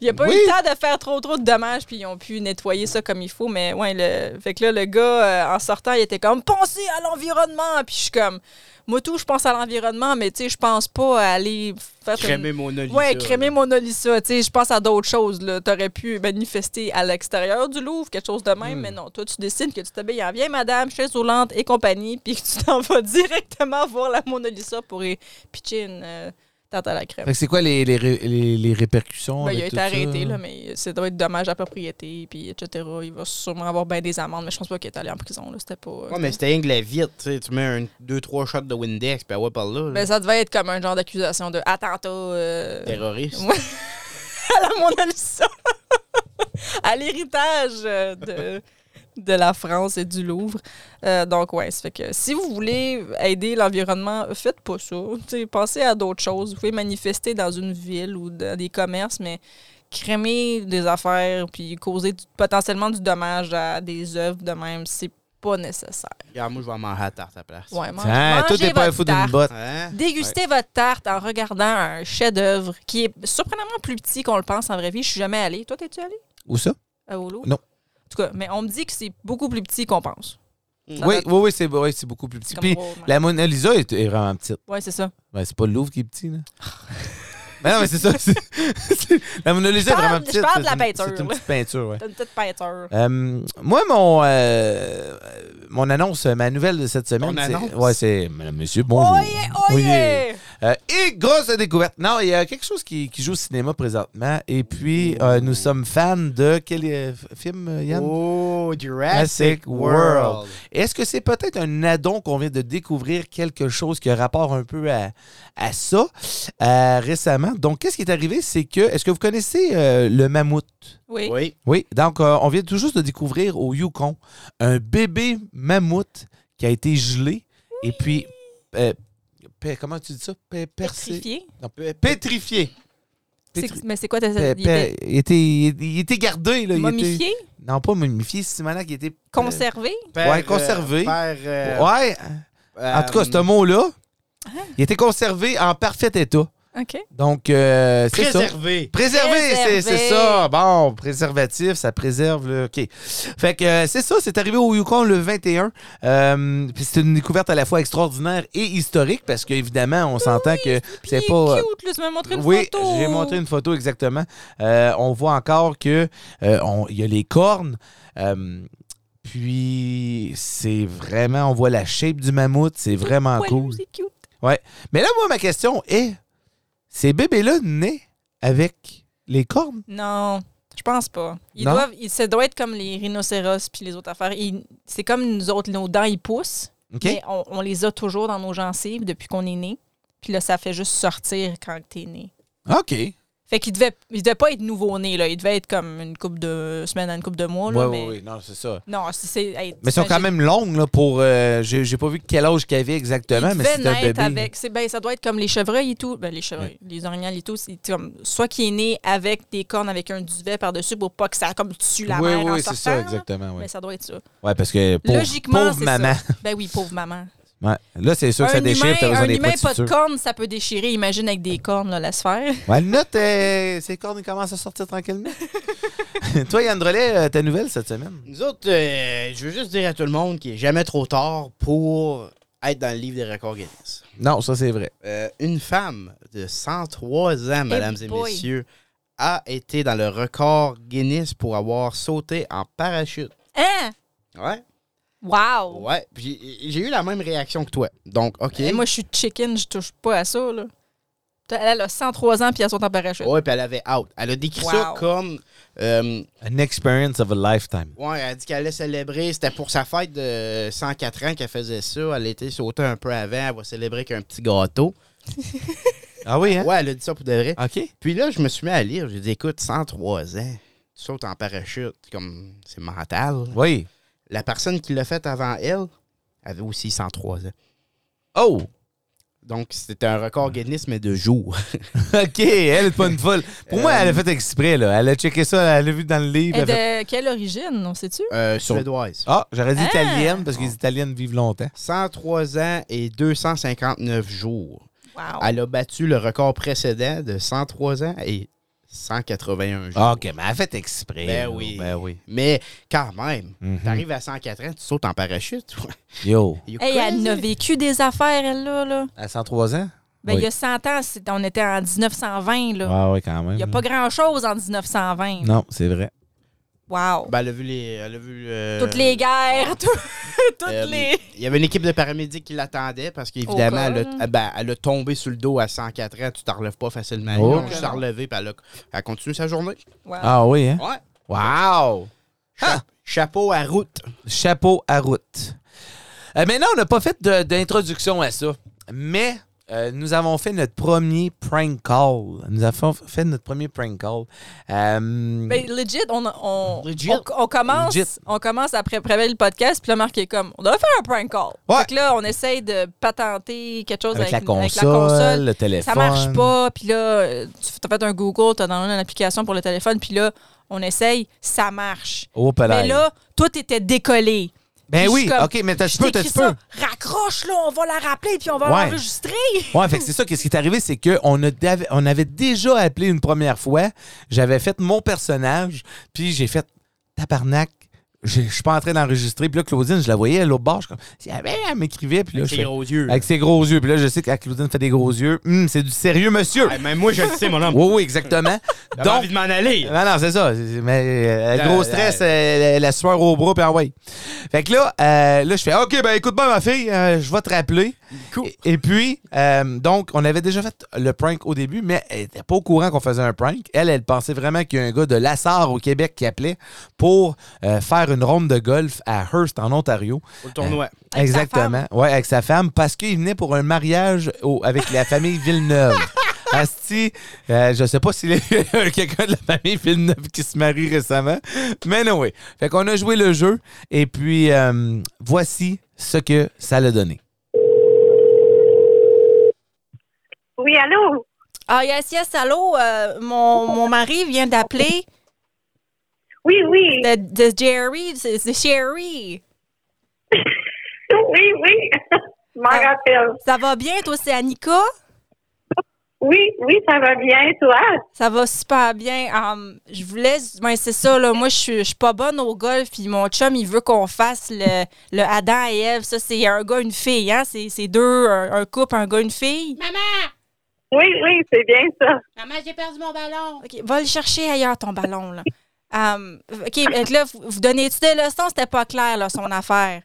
[SPEAKER 1] il a pas
[SPEAKER 3] Oui.
[SPEAKER 1] eu le temps de faire trop trop de dommages puis ils ont pu nettoyer ça comme il faut mais ouais le fait que là le gars euh, en sortant il était comme pensez à l'environnement puis je suis comme moi tout je pense à l'environnement mais tu sais je pense pas à aller faire une-
[SPEAKER 2] Crémer mon olive.
[SPEAKER 1] Ouais, crémer Mona Lisa, tu sais, je pense à d'autres choses. Là. T'aurais pu manifester à l'extérieur du Louvre, quelque chose de même,
[SPEAKER 3] Hmm.
[SPEAKER 1] mais non. Toi, tu décides que tu t'habilles en vieille madame, chaise roulante et compagnie, puis que tu t'en vas directement voir la Mona Lisa pour y pitcher une euh, tarte à la crème.
[SPEAKER 3] Fait que c'est quoi les, les, ré- les, les répercussions?
[SPEAKER 1] Ben, il a
[SPEAKER 3] avec
[SPEAKER 1] été
[SPEAKER 3] tout ça?
[SPEAKER 1] arrêté, là, mais ça doit être dommage à propriété, puis etc. Il va sûrement avoir bien des amendes, mais je pense pas qu'il est allé en prison. Là. C'était pas. euh,
[SPEAKER 2] Ouais, mais c'était rien que la vitre. tu sais, Tu mets un, deux, trois shots de Windex, puis ouais, par là. là.
[SPEAKER 1] Ben, ça devait être comme un genre d'accusation de attentat. euh,
[SPEAKER 3] Ben,
[SPEAKER 2] Terroriste.
[SPEAKER 1] Ouais. à la Mona Lisa. à l'héritage euh, de, de la France et du Louvre. Euh, donc, ouais, ça fait que si vous voulez aider l'environnement, faites pas ça. T'sais, pensez à d'autres choses. Vous pouvez manifester dans une ville ou dans des commerces, mais crémer des affaires puis causer du- potentiellement du dommage à des œuvres de même, c'est pas nécessaire.
[SPEAKER 2] Regarde, moi, je vais manger la tarte à la place.
[SPEAKER 1] Ouais, mange-
[SPEAKER 3] Hein, tout
[SPEAKER 1] mangez
[SPEAKER 3] est pas un
[SPEAKER 1] votre
[SPEAKER 3] fou d'une
[SPEAKER 1] tarte.
[SPEAKER 3] botte.
[SPEAKER 2] Hein?
[SPEAKER 1] Dégustez votre tarte en regardant un chef-d'œuvre qui est surprenamment plus petit qu'on le pense en vraie vie. Je suis jamais allée. Toi, t'es-tu allée
[SPEAKER 3] Où ça?
[SPEAKER 1] euh, au Louvre?
[SPEAKER 3] Non.
[SPEAKER 1] En tout cas, mais on me dit que c'est beaucoup plus petit qu'on pense. Ça
[SPEAKER 3] Oui,
[SPEAKER 1] doit être
[SPEAKER 3] oui, oui, c'est oui, c'est beaucoup plus petit.
[SPEAKER 1] comme
[SPEAKER 3] Puis
[SPEAKER 1] drôle, ouais.
[SPEAKER 3] la Mona Lisa est, est vraiment petite.
[SPEAKER 1] Ouais, c'est ça.
[SPEAKER 3] Ben, c'est pas le Louvre qui est petit, là. Ben non, mais c'est ça. c'est- c'est- la Mona Lisa est
[SPEAKER 1] parle-
[SPEAKER 3] vraiment
[SPEAKER 1] je
[SPEAKER 3] petite.
[SPEAKER 1] parle de la
[SPEAKER 3] C'est une-
[SPEAKER 1] peinture,
[SPEAKER 3] C'est une
[SPEAKER 1] là.
[SPEAKER 3] petite peinture, ouais.
[SPEAKER 1] T'as une petite peinture.
[SPEAKER 3] Euh, moi, mon, euh, euh, mon annonce, euh, ma nouvelle de cette semaine,
[SPEAKER 2] Ton
[SPEAKER 3] c'est.
[SPEAKER 2] annonce?
[SPEAKER 3] Ouais, c'est. Madame, monsieur, bonjour.
[SPEAKER 1] Oye, oye!
[SPEAKER 3] Euh, et grosse découverte. Non, il y a quelque chose qui, qui joue au cinéma présentement. Et puis, euh, nous sommes fans de quel euh, f- film, euh, Yann?
[SPEAKER 2] Oh, Jurassic
[SPEAKER 3] Jurassic World.
[SPEAKER 2] World.
[SPEAKER 3] Est-ce que c'est peut-être un addon qu'on vient de découvrir quelque chose qui a rapport un peu à, à ça euh, récemment? Donc, qu'est-ce qui est arrivé? C'est que, est-ce que vous connaissez euh, le mammouth?
[SPEAKER 1] Oui.
[SPEAKER 2] Oui.
[SPEAKER 3] Oui, donc euh, on vient tout juste de découvrir au Yukon un bébé mammouth qui a été gelé et puis euh, pe- comment tu dis ça Pe- percé
[SPEAKER 1] Pétrifié.
[SPEAKER 3] Non, pe- pétrifié.
[SPEAKER 1] C'est- Mais c'est quoi ta
[SPEAKER 3] Pe-
[SPEAKER 1] il était
[SPEAKER 3] pe- Il était, il était gardé. Là, il était- Euh,
[SPEAKER 1] Momifié?
[SPEAKER 3] Non, pas momifié, Simonac, il était.
[SPEAKER 1] Conservé?
[SPEAKER 3] Ouais, conservé.
[SPEAKER 2] par, euh,
[SPEAKER 3] Ouais,
[SPEAKER 2] euh,
[SPEAKER 3] en tout cas, ce mot-là, il était conservé en parfait état.
[SPEAKER 1] Ah. OK.
[SPEAKER 3] Donc, euh, c'est ça.
[SPEAKER 2] préservé.
[SPEAKER 3] Préserver, c'est-
[SPEAKER 1] Préserver.
[SPEAKER 3] c'est ça. Bon, préservatif, ça préserve. Là. OK. Fait que euh, c'est ça, c'est arrivé au Yukon le 21. Euh, puis c'est une découverte à la fois extraordinaire et historique parce qu'évidemment, on s'entend que
[SPEAKER 1] Puis
[SPEAKER 3] c'est
[SPEAKER 1] il est
[SPEAKER 3] pas. euh,
[SPEAKER 1] cute, là, tu m'as montré une
[SPEAKER 3] oui,
[SPEAKER 1] photo.
[SPEAKER 3] j'ai montré une photo exactement. Euh, on voit encore que euh, on- il y a les cornes. Euh, puis c'est vraiment, on voit la shape du mammouth, c'est vraiment
[SPEAKER 1] Ouais,
[SPEAKER 3] cool.
[SPEAKER 1] C'est cute.
[SPEAKER 3] Mais là, moi, ma question est ces bébés-là nés avec les cornes
[SPEAKER 1] Non, je pense pas. Ils
[SPEAKER 3] Non?
[SPEAKER 1] doivent, ils- ça doit être comme les rhinocéros puis les autres affaires. Ils- C'est comme nous autres, nos dents, ils poussent,
[SPEAKER 3] OK?
[SPEAKER 1] mais on, on les a toujours dans nos gencives depuis qu'on est né. Puis là, ça fait juste sortir quand t'es né.
[SPEAKER 3] OK.
[SPEAKER 1] Fait qu'il devait, il devait pas être nouveau-né, là. Il devait être comme une coupe de semaine à une coupe de mois, là.
[SPEAKER 3] Ouais,
[SPEAKER 1] mais...
[SPEAKER 3] ouais, ouais, non, c'est ça.
[SPEAKER 1] Non, c'est- c'est. hey,
[SPEAKER 3] Mais ils sont
[SPEAKER 1] t'imagines-
[SPEAKER 3] quand même longues, là, pour. euh, J'ai j'ai pas vu quel âge qu'il y avait exactement,
[SPEAKER 1] Il
[SPEAKER 3] mais
[SPEAKER 1] devait
[SPEAKER 3] c'est un
[SPEAKER 1] naître
[SPEAKER 3] bébé.
[SPEAKER 1] avec- c'est- ben, ça doit être comme les chevreuils et tout. Ben, les chevreuils, les orignales et tout. C'est comme, soit qui est né avec des cornes, avec un duvet par-dessus pour pas que ça comme tue la
[SPEAKER 3] oui,
[SPEAKER 1] mère en
[SPEAKER 3] oui,
[SPEAKER 1] sortant.
[SPEAKER 3] c'est ça,
[SPEAKER 1] là.
[SPEAKER 3] exactement.
[SPEAKER 1] Mais
[SPEAKER 3] Oui,
[SPEAKER 1] ça doit être ça.
[SPEAKER 3] ouais, parce que pauvre,
[SPEAKER 1] Logiquement,
[SPEAKER 3] pauvre
[SPEAKER 1] c'est
[SPEAKER 3] maman.
[SPEAKER 1] Ben oui, pauvre maman.
[SPEAKER 3] Ouais. Là, c'est sûr que ça
[SPEAKER 1] un
[SPEAKER 3] déchire,
[SPEAKER 1] humain,
[SPEAKER 3] t'as besoin
[SPEAKER 1] un
[SPEAKER 3] des
[SPEAKER 1] humain pas de
[SPEAKER 3] prostituées.
[SPEAKER 1] cornes, ça peut déchirer. Imagine avec des cornes, là, la sphère.
[SPEAKER 3] Ouais, note, euh, ses cornes commencent à sortir tranquillement. Toi, Yann Drolet, euh, ta nouvelle cette semaine?
[SPEAKER 2] Nous autres, euh, je veux juste dire à tout le monde qu'il n'est jamais trop tard pour être dans le livre des records Guinness.
[SPEAKER 3] Non, ça, c'est vrai.
[SPEAKER 2] Euh, une femme de 103 ans, mesdames et
[SPEAKER 1] Eh boy.
[SPEAKER 2] messieurs, a été dans le record Guinness pour avoir sauté en parachute.
[SPEAKER 1] Hein?
[SPEAKER 2] Ouais.
[SPEAKER 1] Wow!
[SPEAKER 2] Ouais. Puis J'ai j'ai eu la même réaction que toi. Donc, OK.
[SPEAKER 1] Et Eh, moi, je suis chicken, je touche pas à ça, là. Elle a 103 ans, puis elle saute en parachute.
[SPEAKER 2] Ouais, puis elle avait out. Elle a décrit ça
[SPEAKER 1] Wow.
[SPEAKER 2] comme. euh,
[SPEAKER 3] An experience of a lifetime.
[SPEAKER 2] ouais, elle a dit qu'elle allait célébrer. C'était pour sa fête de 104 ans qu'elle faisait ça. Elle était sautée un peu avant. Elle va célébrer avec un petit gâteau.
[SPEAKER 3] Ah oui, hein?
[SPEAKER 2] Ouais, elle a dit ça pour de vrai.
[SPEAKER 3] OK.
[SPEAKER 2] Puis là, je me suis mis à lire. J'ai dit, écoute, 103 ans, tu sautes en parachute. comme C'est mental.
[SPEAKER 3] Oui.
[SPEAKER 2] La personne qui l'a fait avant elle avait aussi 103 ans.
[SPEAKER 3] Oh!
[SPEAKER 2] Donc, c'était un record Guinness, mais de jour.
[SPEAKER 3] OK, elle est pas une folle. Pour moi, elle a fait exprès, là. Elle a checké ça, elle l'a vu dans le livre.
[SPEAKER 1] Euh. Et
[SPEAKER 3] elle a fait-
[SPEAKER 1] de quelle origine, on sait-tu?
[SPEAKER 2] Euh,
[SPEAKER 3] Sur-
[SPEAKER 2] Suédoise.
[SPEAKER 3] Ah, j'aurais dit
[SPEAKER 1] Ah!
[SPEAKER 3] italienne, parce que les italiennes vivent longtemps.
[SPEAKER 2] 103 ans et 259 jours.
[SPEAKER 1] Wow!
[SPEAKER 2] Elle a battu le record précédent de 103 ans et 181 jours.
[SPEAKER 3] Ah, OK, mais elle a fait exprès.
[SPEAKER 2] Ben
[SPEAKER 3] là.
[SPEAKER 2] oui.
[SPEAKER 3] Ben oui.
[SPEAKER 2] Mais quand même,
[SPEAKER 3] Mhm.
[SPEAKER 2] t'arrives à 104 ans, tu sautes en parachute.
[SPEAKER 3] Yo.
[SPEAKER 2] You
[SPEAKER 1] Hey, elle a
[SPEAKER 2] crazy?
[SPEAKER 1] vécu des affaires, elle, là. là.
[SPEAKER 3] À 103 ans?
[SPEAKER 1] Ben,
[SPEAKER 3] Oui.
[SPEAKER 1] il y a 100 ans, c'est- on était en 1920, là.
[SPEAKER 3] Ah, oui, quand même.
[SPEAKER 1] Il n'y a pas grand-chose en 1920.
[SPEAKER 3] Non, c'est vrai.
[SPEAKER 1] Wow!
[SPEAKER 2] Ben, elle a vu les. Elle a vu, euh,
[SPEAKER 1] Toutes les guerres, tout- toutes
[SPEAKER 2] euh,
[SPEAKER 1] les...
[SPEAKER 2] Il y avait une équipe de paramédics qui l'attendait parce qu'évidemment,
[SPEAKER 1] Au
[SPEAKER 2] elle,
[SPEAKER 1] corps,
[SPEAKER 2] a- ben, elle a tombé sur le dos à 104 ans. Tu t'en relèves pas facilement.
[SPEAKER 3] Oh.
[SPEAKER 2] Donc, je suis relevé puis elle a, elle a continué sa journée.
[SPEAKER 1] Wow.
[SPEAKER 3] Ah oui, hein?
[SPEAKER 2] Ouais.
[SPEAKER 3] Wow! Ah!
[SPEAKER 2] Chapeau à route.
[SPEAKER 3] Chapeau à route. Euh, maintenant, on n'a pas fait de- d'introduction à ça, mais euh, nous avons fait notre premier prank call. Nous avons fait notre premier prank call. Euh,
[SPEAKER 1] Ben, legit, on, on,
[SPEAKER 2] Legit.
[SPEAKER 1] on, on commence,
[SPEAKER 3] Legit.
[SPEAKER 1] on commence après préparer le podcast, puis là, Marc est comme, on doit faire un prank call.
[SPEAKER 3] Ouais.
[SPEAKER 1] Fait que là, on essaye de patenter quelque chose
[SPEAKER 3] avec,
[SPEAKER 1] avec,
[SPEAKER 3] la console,
[SPEAKER 1] avec la console.
[SPEAKER 3] le téléphone.
[SPEAKER 1] Ça marche pas, puis là, euh, tu as fait un Google, tu as downloadé une application pour le téléphone, puis là, on essaye, ça marche.
[SPEAKER 3] Oh,
[SPEAKER 1] Mais là, tout était décollé.
[SPEAKER 3] ben
[SPEAKER 1] puis je
[SPEAKER 3] oui,
[SPEAKER 1] suis comme,
[SPEAKER 3] ok, mais t'as tu
[SPEAKER 1] Je
[SPEAKER 3] peux, t'as
[SPEAKER 1] t'écris
[SPEAKER 3] tu peux.
[SPEAKER 1] ça, raccroche, là, on va la rappeler, puis on va
[SPEAKER 3] Ouais.
[SPEAKER 1] l'enregistrer.
[SPEAKER 3] Ouais, fait que c'est ça. Qu'est-ce qui est arrivé, c'est qu'on on avait déjà appelé une première fois. J'avais fait mon personnage, puis j'ai fait tabarnak. Je je suis pas en train d'enregistrer. Puis là, Claudine, je la voyais à l'autre bord. Je suis comme, Si elle elle m'écrivait. Puis là, je
[SPEAKER 2] Ses
[SPEAKER 3] fais-
[SPEAKER 2] gros yeux.
[SPEAKER 3] avec ses gros yeux. Puis là, je sais que Claudine fait des gros yeux. Hum, c'est du sérieux, monsieur.
[SPEAKER 2] Hey, même moi, je le sais, mon homme.
[SPEAKER 3] Oui, oui, exactement.
[SPEAKER 2] J'avais
[SPEAKER 3] Donc,
[SPEAKER 2] envie de m'en aller.
[SPEAKER 3] non, non, c'est ça. C'est- Mais euh,
[SPEAKER 2] La-
[SPEAKER 3] gros
[SPEAKER 2] la-
[SPEAKER 3] stress, euh, la, la sueur au bras, puis ah ouais. Fait que là, euh, là je fais OK, ben écoute bien, ma fille, euh, je vais te rappeler.
[SPEAKER 2] Cool.
[SPEAKER 3] Et, et puis, euh, donc, on avait déjà fait le prank au début, mais elle était pas au courant qu'on faisait un prank. Elle, elle pensait vraiment qu'il y a un gars de Lassar au Québec qui appelait pour euh, faire une ronde de golf à Hearst, en Ontario.
[SPEAKER 2] Pour le tournoi.
[SPEAKER 1] Avec sa
[SPEAKER 3] Exactement. Ouais, avec sa femme, parce qu'il venait pour un mariage au- avec la famille Villeneuve. Asti, euh, je sais pas s'il y a eu quelqu'un de la famille Villeneuve qui se marie récemment, mais non, anyway. Fait qu'on a joué le jeu, et puis euh, voici ce que ça l'a donné.
[SPEAKER 5] Oui, allô?
[SPEAKER 1] Ah, yes, yes, allô, euh, mon, mon mari vient d'appeler
[SPEAKER 5] Oui, oui,
[SPEAKER 1] de, de Jerry, c'est c'est Sherry.
[SPEAKER 5] oui, oui. Je m'en
[SPEAKER 1] Ah.
[SPEAKER 5] rappelle.
[SPEAKER 1] Ça va bien, toi, c'est Annika?
[SPEAKER 5] Oui, oui, ça va bien, toi?
[SPEAKER 1] Ça va super bien. Hum, je voulais. Ben, c'est ça, là. Moi, je suis je suis pas bonne au golf. Puis mon chum, il veut qu'on fasse le, le Adam et Ève. Ça, c'est un gars, une fille, hein? C'est c'est deux, un, un couple, un gars, une fille.
[SPEAKER 6] Maman!
[SPEAKER 5] Oui, oui, c'est bien ça.
[SPEAKER 6] Maman, j'ai perdu mon ballon!
[SPEAKER 1] OK, va le chercher ailleurs, ton ballon, là. Hum, OK, fait que là, vous, vous donnez-tu des leçons? C'était pas clair, là, son affaire.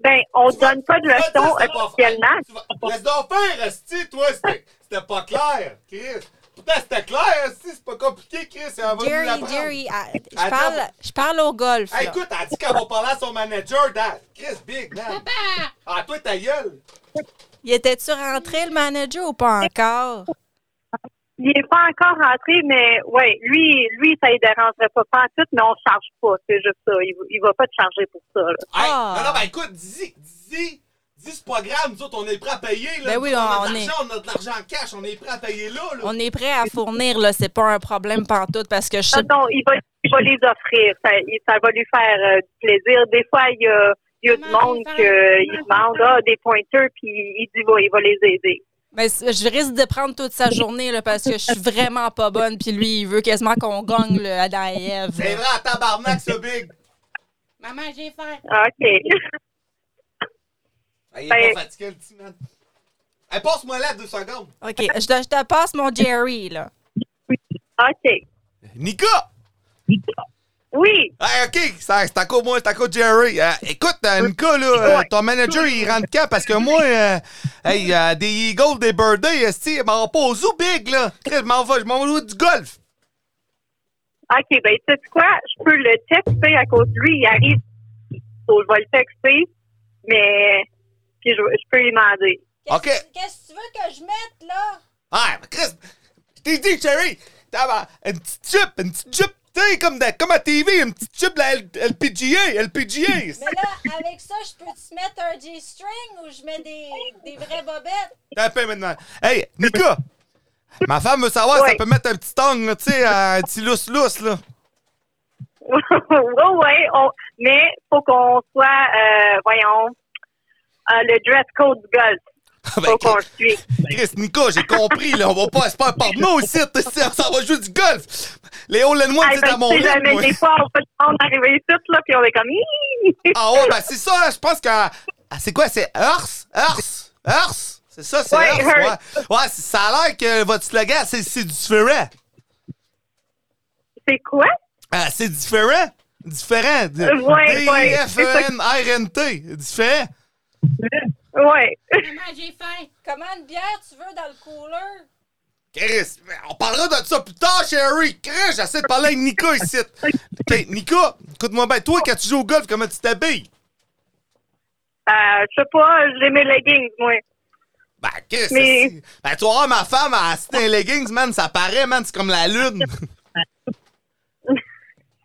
[SPEAKER 5] Ben, on ne donne pas de leçons
[SPEAKER 3] C'était pas
[SPEAKER 5] officiellement.
[SPEAKER 3] Tu vas- Laisse donc faire, Asti, toi, c'était c'était pas clair, Chris. Putain, c'était clair, Asti, c'est pas compliqué, Chris. Elle va nous
[SPEAKER 1] Jerry,
[SPEAKER 3] l'apprendre.
[SPEAKER 1] Jerry, ah, je
[SPEAKER 3] Attends.
[SPEAKER 1] parle, je parle au golf.
[SPEAKER 3] Hey,
[SPEAKER 1] là.
[SPEAKER 3] écoute, elle dit qu'elle va parler à son manager, Dan. Chris, big, Dan.
[SPEAKER 6] Papa!
[SPEAKER 3] Ah, toi, ta gueule.
[SPEAKER 1] Il était-tu rentré, le manager, ou pas encore?
[SPEAKER 5] Il n'est pas encore rentré, mais oui, lui, lui, ça ne dérangerait pas pas en tout, mais on ne charge pas. C'est juste ça. Il ne va pas te charger pour ça. là.
[SPEAKER 3] Hey,
[SPEAKER 1] Ah.
[SPEAKER 3] Non, non, ben écoute, dis-y, dis-y. Dis, c'est pas grave, nous autres, on est prêts à payer. Là.
[SPEAKER 1] Ben oui,
[SPEAKER 3] Nous autres,
[SPEAKER 1] on
[SPEAKER 3] a de
[SPEAKER 1] est-
[SPEAKER 3] l'argent, on a de l'argent en cash, on est prêts à payer là. là.
[SPEAKER 1] On est prêt à fournir, là. C'est pas un problème pantoute parce que je sais
[SPEAKER 5] Ah Non, non, il va, il va les offrir. Ça, il- ça va lui faire euh, du plaisir. Des fois, il y a, il y a du monde qui demande ah, des pointeurs, puis il dit ouais, il va les aider.
[SPEAKER 1] Mais ben, c- je risque de prendre toute sa journée là, parce que je suis vraiment pas bonne. Puis lui, il veut quasiment qu'on gagne le Adam et Ève.
[SPEAKER 3] C'est
[SPEAKER 1] là.
[SPEAKER 3] vrai, en tabarnak, ce big.
[SPEAKER 6] Maman, j'ai faim!
[SPEAKER 5] Ah, OK.
[SPEAKER 3] Hey, il
[SPEAKER 5] Ben-
[SPEAKER 3] est pas fatigué, le petit man. Hey, passe-moi là deux secondes.
[SPEAKER 1] OK, je te, je te passe mon Jerry. là.
[SPEAKER 5] Ah, OK.
[SPEAKER 3] Nika!
[SPEAKER 5] Oui,
[SPEAKER 3] Hey, OK, ça- c'est à cause de moi, c'est à cause de Jerry. Euh, écoute, euh, Nika, là, euh, ton manager, il rentre quand? Parce que moi, euh, hey, euh, des Eagles, des Birthday, esti, il m'en va pas au zoo big, là. Chris, Je m'en vais, je m'en vais jouer du golf.
[SPEAKER 5] OK, ben tu sais quoi? Je peux le texter à cause de lui, il arrive. So, je vais le texter, mais puis je, je peux lui demander.
[SPEAKER 1] Qu'est-ce
[SPEAKER 3] OK.
[SPEAKER 1] que- Qu'est-ce que tu veux que je mette, là?
[SPEAKER 3] Ah, mais Chris, je t'ai dit, Jerry, t'as ma- une petite jupe, une petite jupe, tu sais, comme, dans- comme à TV, une petite jupe, la L- LPGA, LPGA. esti.
[SPEAKER 1] Mais là, avec ça, je peux te mettre un G-string ou je mets des, des vraies bobettes?
[SPEAKER 3] T'as fait maintenant. Hey, Nika, ma femme veut savoir si
[SPEAKER 5] Ouais.
[SPEAKER 3] elle peut mettre un petit tong, là, tu sais, un petit lousse-lousse, là.
[SPEAKER 5] ouais, ouais, on, mais faut qu'on soit, euh, voyons, euh, le dress code du golf.
[SPEAKER 3] Ah, ben,
[SPEAKER 5] Faut qu'on le suive.
[SPEAKER 3] Chris, Nico, j'ai compris, là. On va pas se faire par nous ici. t'es sûr, Ça va jouer du golf. Léo Lenoir,
[SPEAKER 5] Hey,
[SPEAKER 3] c'est
[SPEAKER 5] ben,
[SPEAKER 3] dans mon
[SPEAKER 5] tu sais
[SPEAKER 3] rythme,
[SPEAKER 5] jamais,
[SPEAKER 3] moi.
[SPEAKER 5] des fois, on peut le monde arriver ici, là, puis on est comme... Hi!
[SPEAKER 3] Ah ouais, ben c'est ça, je pense que... ah, c'est quoi, c'est Hearse? Hearse? Hearse? C'est ça, c'est
[SPEAKER 5] Ouais,
[SPEAKER 3] Hearse,
[SPEAKER 5] Hearse.
[SPEAKER 3] ouais. Ouais, c'est- ça a l'air que votre slogan, c'est c'est différent.
[SPEAKER 5] C'est quoi?
[SPEAKER 3] Ah, c'est différent? Différent. D-
[SPEAKER 5] Euh, ouais, ouais.
[SPEAKER 3] D-I-F-E-N-R-N-T. Différent.
[SPEAKER 5] Ouais.
[SPEAKER 6] Maman, j'ai faim!
[SPEAKER 1] Comment une bière tu veux dans le cooler?
[SPEAKER 3] Chris, mais on parlera de ça plus tard, Sherry. Chris, j'essaie de parler avec Nico ici. OK, Nico, écoute-moi bien. Toi, quand tu joues au golf, comment tu t'habilles?
[SPEAKER 5] Euh, je sais pas, j'ai mes leggings, moi.
[SPEAKER 3] Ben, qu'est-ce que
[SPEAKER 5] Mais-
[SPEAKER 3] c'est? Ben, tu vois, ma femme, elle se tient un leggings, man, ça paraît, man, c'est comme la lune.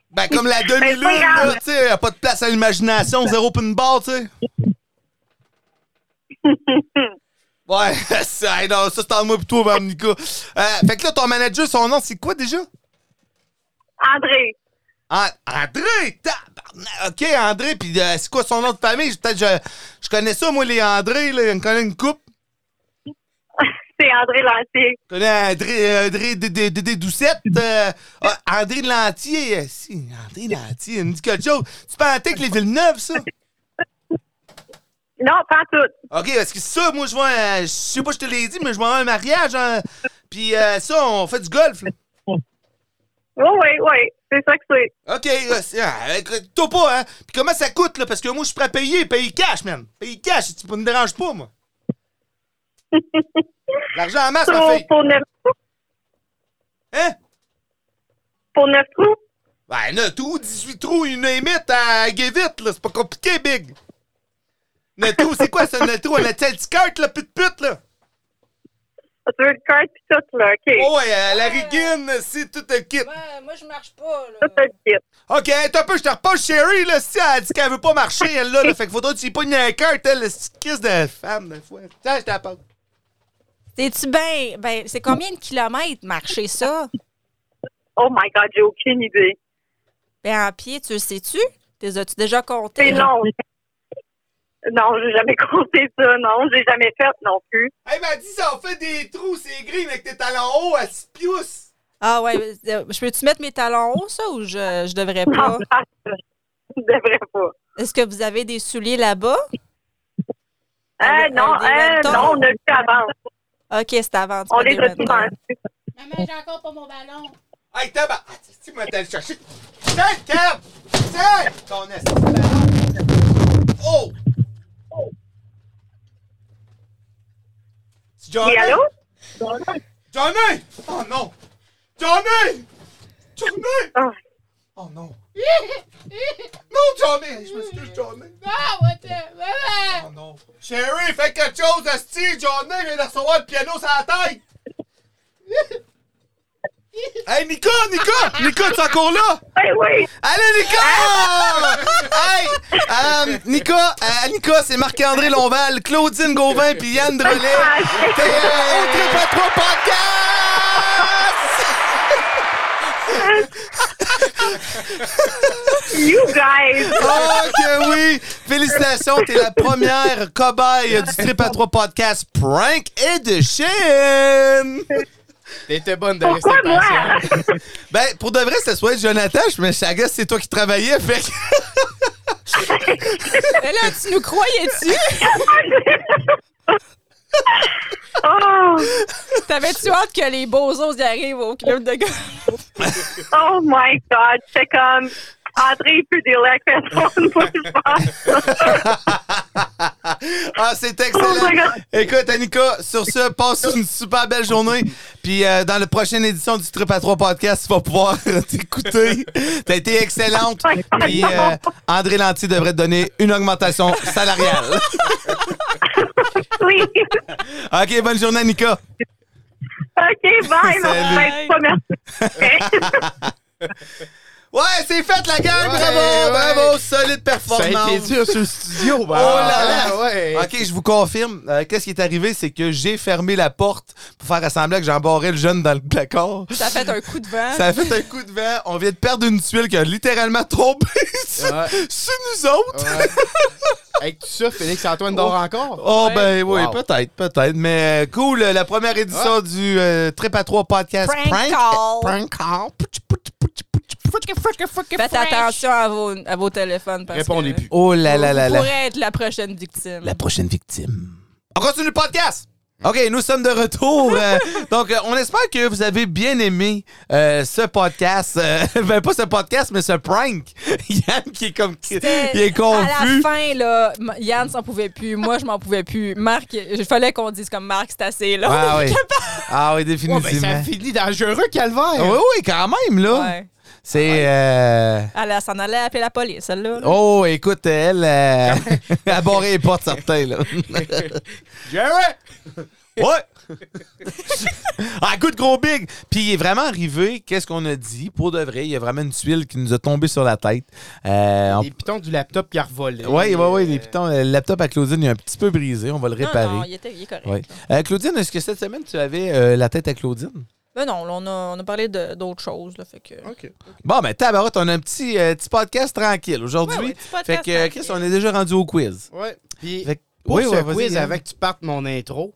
[SPEAKER 3] ben, comme la demi-lune,
[SPEAKER 5] Ben, c'est pas
[SPEAKER 3] là,
[SPEAKER 5] grave.
[SPEAKER 3] tu sais, y a pas de place à l'imagination, zéro pin bar, tu sais. Ouais, ça, hey, non, ça, c'est en moi pis toi, Mme Nico. Euh, fait que là, ton manager, son nom, c'est quoi déjà?
[SPEAKER 5] André,
[SPEAKER 3] An- André! tabarnak. OK, André, puis euh, c'est quoi son nom de famille? Peut-être je, je connais ça, moi, les André, là, je connais une coupe.
[SPEAKER 5] c'est André Lantier.
[SPEAKER 3] Je connais André, André D- D- D- D- Doucette, euh, ah, André Lantier. euh, Si, André Lantier, il me dit quelque chose. Tu pentais que les Villeneuve, ça?
[SPEAKER 5] Non, pas en tout.
[SPEAKER 3] OK, parce que ça, moi, je vois un- Je sais pas, je te l'ai dit, mais je vois un mariage. hein. Puis euh, ça, on fait du golf. là.
[SPEAKER 5] Oui, oui, oui. C'est ça que c'est.
[SPEAKER 3] OK, euh, c'est- ah, écoute, toi pas, hein? Puis comment ça coûte, là? Parce que moi, je suis prêt à payer, payer cash, man. Payer cash, tu me déranges pas, moi. L'argent en masse, ma
[SPEAKER 5] Pour,
[SPEAKER 3] fille.
[SPEAKER 5] pour, neuf,
[SPEAKER 3] Hein?
[SPEAKER 5] pour neuf trous?
[SPEAKER 3] Ben, là, tout, 18 trous, une émite à get vite, là. C'est pas compliqué, Big. Notre trou, c'est quoi, ça, notre trou? On a tel petit cart, là, pute pute, là.
[SPEAKER 5] Tu veux le card pis tout, là, OK.
[SPEAKER 3] Oh, ouais, euh, la riguine, c'est tout le kit.
[SPEAKER 1] Moi, moi je marche pas, là.
[SPEAKER 5] Ça, c'est le kit.
[SPEAKER 3] OK, attends un peu, je te repasse, chérie, là. Si elle dit qu'elle veut pas marcher, elle, là, là, fait que faudra que tu y pognes un cart, elle, la petite crise de femme, des fois. Tiens, je te la passe.
[SPEAKER 1] T'es-tu bien? Ben, c'est combien de kilomètres marcher ça?
[SPEAKER 5] Oh my God, j'ai aucune idée.
[SPEAKER 1] Ben, en pied, tu le sais-tu? T'es as-tu déjà compté?
[SPEAKER 3] Eh.
[SPEAKER 5] C'est long. Non, j'ai jamais compté ça, non. J'ai jamais fait non plus.
[SPEAKER 2] Hey, m'a dit ça, on fait des trous, c'est gris, mais que t'es talons hauts à 6 piouces.
[SPEAKER 1] Ah ouais, ben, euh, je peux-tu mettre mes talons hauts, ça, ou je, je devrais pas?
[SPEAKER 5] Non, je Ah, devrais pas.
[SPEAKER 1] Est-ce que vous avez des souliers là-bas?
[SPEAKER 5] Ah,
[SPEAKER 1] On a-
[SPEAKER 5] non,
[SPEAKER 1] on a des
[SPEAKER 5] ah,
[SPEAKER 1] wentons.
[SPEAKER 5] non, on a vu avant.
[SPEAKER 1] OK, c'est avant. c'est
[SPEAKER 5] On
[SPEAKER 1] pas
[SPEAKER 5] les
[SPEAKER 1] des
[SPEAKER 5] a tous
[SPEAKER 1] vêtements.
[SPEAKER 5] vendus.
[SPEAKER 6] Maman, j'ai encore pas mon ballon.
[SPEAKER 2] Hey, tabac. Ah, tu- tu m'as allé chercher. Tiens, Cab! Tiens! Ton esti de ballon. Oh! C'est Johnny?
[SPEAKER 5] Et allô?
[SPEAKER 2] Johnny! Oh non! Johnny! Johnny!
[SPEAKER 5] Ah.
[SPEAKER 2] Oh non! Non, Johnny! Je m'excuse, Johnny!
[SPEAKER 6] Ah, what the... Maman!
[SPEAKER 2] Oh non! Sherry, fais quelque chose de style! Johnny vient de recevoir le piano sur la tête! hey, Nika! Nika! Nika, tu es encore là?
[SPEAKER 5] Eh oui!
[SPEAKER 3] Allez, Nika! hey! Euh, Nika, euh, Nika, c'est Marc-André Lonval, Claudine Gauvin puis Yann Drolet. T'es euh, au Trip à Trois Podcast!
[SPEAKER 5] You guys!
[SPEAKER 3] Oh que oui! Félicitations, t'es la première cobaye du Trip à Trois Podcast Prank Edition!
[SPEAKER 2] T'étais bonne de
[SPEAKER 5] Pourquoi
[SPEAKER 2] rester
[SPEAKER 5] moi?
[SPEAKER 2] patient.
[SPEAKER 3] Ben, pour de vrai, ce soit Jonathan, je me chagas, c'est toi qui travaillais, fait que...
[SPEAKER 1] Mais là, tu nous croyais-tu?
[SPEAKER 5] Oh,
[SPEAKER 1] T'avais-tu hâte que les beaux os y arrivent au club de golf?
[SPEAKER 5] oh my God! C'est comme André plus des personne pour le faire.
[SPEAKER 3] Ah, c'est excellent!
[SPEAKER 5] Oh my God!
[SPEAKER 3] Écoute, Annika, sur ce, passe une super belle journée. Puis euh, dans la prochaine édition du Trip à 3 podcast, tu vas pouvoir t'écouter. T'as été excellente. Puis euh, André Lanty devrait te donner une augmentation salariale.
[SPEAKER 5] Oui!
[SPEAKER 3] OK, bonne journée, Annika.
[SPEAKER 5] OK, bye! Non,
[SPEAKER 3] Salut.
[SPEAKER 5] ben, pas merci.
[SPEAKER 3] Ouais, c'est fait, la gang!
[SPEAKER 2] Ouais,
[SPEAKER 3] bravo!
[SPEAKER 2] ouais.
[SPEAKER 3] Bravo! Solide performance!
[SPEAKER 2] sur le studio, bah.
[SPEAKER 3] Oh là là!
[SPEAKER 2] Ah, Ouais.
[SPEAKER 3] OK, je vous confirme. Euh, Qu'est-ce qui est arrivé? C'est que j'ai fermé la porte pour faire semblant que j'embarrais le jeune dans le placard.
[SPEAKER 2] Hein?
[SPEAKER 1] Ça a fait un coup de vent.
[SPEAKER 3] Ça a fait un coup de vent. On vient de perdre une tuile qui a littéralement tombé sur,
[SPEAKER 2] Ouais.
[SPEAKER 3] sur nous autres.
[SPEAKER 2] Ouais. Avec tout ça, Félix-Antoine dort encore?
[SPEAKER 3] Oh, ben oui,
[SPEAKER 2] Wow.
[SPEAKER 3] peut-être, peut-être. Mais euh, cool, la première édition du euh, Trip à 3 podcast.
[SPEAKER 1] Prank call.
[SPEAKER 3] Prank call. Pouch, pouch, pouch, pouch, pouch.
[SPEAKER 1] Faites attention à vos, à vos téléphones. Parce
[SPEAKER 2] Répondez
[SPEAKER 1] que
[SPEAKER 2] plus.
[SPEAKER 3] Oh là là là
[SPEAKER 1] Vous
[SPEAKER 3] là.
[SPEAKER 1] pourrez être la prochaine victime.
[SPEAKER 3] La prochaine victime. On continue le podcast! OK, nous sommes de retour. Euh, donc, euh, on espère que vous avez bien aimé euh, ce podcast. Euh, ben, pas ce podcast, mais ce prank. Yann qui est comme... Il est confus.
[SPEAKER 1] À la fin, là, M- Yann s'en pouvait plus. Moi, je m'en pouvais plus. Marc, il fallait qu'on dise comme Marc, c'est assez, là.
[SPEAKER 3] Ah oui. Ah oui,
[SPEAKER 2] Ouais,
[SPEAKER 3] définitivement. Ah
[SPEAKER 2] ben, ça finit dangereux, calvaire.
[SPEAKER 3] oui, oui, quand même, là.
[SPEAKER 1] Ouais.
[SPEAKER 3] C'est. euh,
[SPEAKER 1] Elle s'en allait appeler la police, celle-là.
[SPEAKER 3] Oh, écoute, elle. Euh... à barrer les portes, certains, là.
[SPEAKER 2] Jerry!
[SPEAKER 3] ouais! ah, écoute, gros big! Puis il est vraiment arrivé, qu'est-ce qu'on a dit? Pour de vrai, il y a vraiment une tuile qui nous a tombé sur la tête. Euh, on-
[SPEAKER 2] Les pitons du laptop qui a revolé.
[SPEAKER 3] Ouais, ouais, ouais, les
[SPEAKER 2] Euh,
[SPEAKER 3] pitons. Le laptop à Claudine, il est un petit peu brisé. On va le
[SPEAKER 1] Non,
[SPEAKER 3] réparer.
[SPEAKER 1] non, il, était, il est correct.
[SPEAKER 3] Ouais. Euh, Claudine, est-ce que cette semaine, tu avais euh, la tête à Claudine?
[SPEAKER 1] Mais Ben non, là, on a, on a parlé de- d'autres choses, là, fait que...
[SPEAKER 2] OK.
[SPEAKER 3] Bon, ben, tabarote, on a un petit, euh, petit podcast tranquille aujourd'hui.
[SPEAKER 1] Ouais, ouais, petit podcast
[SPEAKER 3] fait que, euh,
[SPEAKER 1] tranquille.
[SPEAKER 3] Chris, on est déjà rendu au quiz.
[SPEAKER 2] Ouais. Puis,
[SPEAKER 3] Fait que-
[SPEAKER 2] pour
[SPEAKER 3] Oui,
[SPEAKER 2] ce
[SPEAKER 3] ouais, vas-y, hein.
[SPEAKER 2] quiz,
[SPEAKER 3] Yann.
[SPEAKER 2] avant que tu partes mon intro,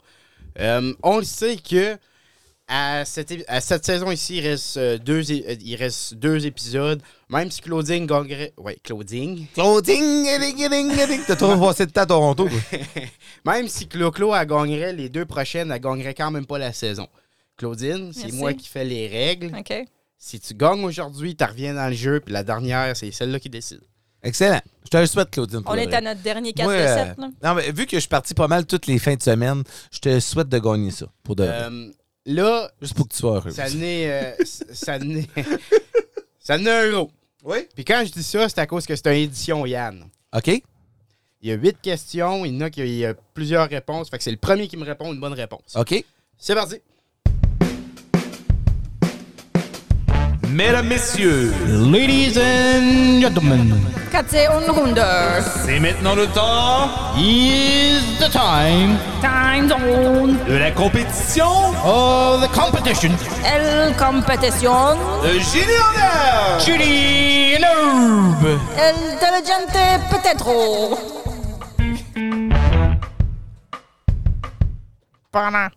[SPEAKER 2] euh, on le sait que à cette, é- à cette saison ici, il reste, euh, deux, é- euh, il reste deux épisodes. Même si Claudine gagnerait... Ouais, Claudine.
[SPEAKER 3] Claudine, gling, gling, gling. t'as trop passé de temps à Toronto. toi.
[SPEAKER 2] Même si Clo-Clo, elle gagnerait les deux prochaines, elle gagnerait quand même pas la saison. Claudine, c'est
[SPEAKER 1] Merci.
[SPEAKER 2] moi qui fais les règles.
[SPEAKER 1] OK.
[SPEAKER 2] Si tu gagnes aujourd'hui, tu reviens dans le jeu, puis la dernière, c'est celle-là qui décide.
[SPEAKER 3] Excellent. Je te le souhaite, Claudine. pour
[SPEAKER 1] On
[SPEAKER 3] le
[SPEAKER 1] est
[SPEAKER 3] vrai.
[SPEAKER 1] à notre dernier 4
[SPEAKER 3] Moi,
[SPEAKER 1] de
[SPEAKER 3] euh,
[SPEAKER 1] 7, là.
[SPEAKER 3] non, mais vu que je suis parti pas mal toutes les fins de semaine, je te souhaite de gagner ça. Pour de vrai.
[SPEAKER 2] Euh, là,
[SPEAKER 3] Juste pour que tu sois heureux.
[SPEAKER 2] ça n'est. euh, s- ça n'est. ça n'est un euro.
[SPEAKER 3] Oui.
[SPEAKER 2] Puis quand je dis ça, c'est à cause que c'est une édition, Yann.
[SPEAKER 3] OK?
[SPEAKER 2] Il y a huit questions, il y en a qui il y a plusieurs réponses. Fait que c'est le premier qui me répond une bonne
[SPEAKER 3] Ah.
[SPEAKER 2] réponse.
[SPEAKER 3] OK?
[SPEAKER 2] C'est parti.
[SPEAKER 7] Mesdames, messieurs,
[SPEAKER 2] Ladies and gentlemen,
[SPEAKER 1] Katze und Runde.
[SPEAKER 7] c'est maintenant le temps
[SPEAKER 2] is the time
[SPEAKER 1] Time Zone.
[SPEAKER 7] de la compétition
[SPEAKER 2] of Oh, the competition.
[SPEAKER 1] El Competition.
[SPEAKER 7] de Génie en herbe.
[SPEAKER 2] Judy and Herb.
[SPEAKER 1] El Diligente Petro. Pendant.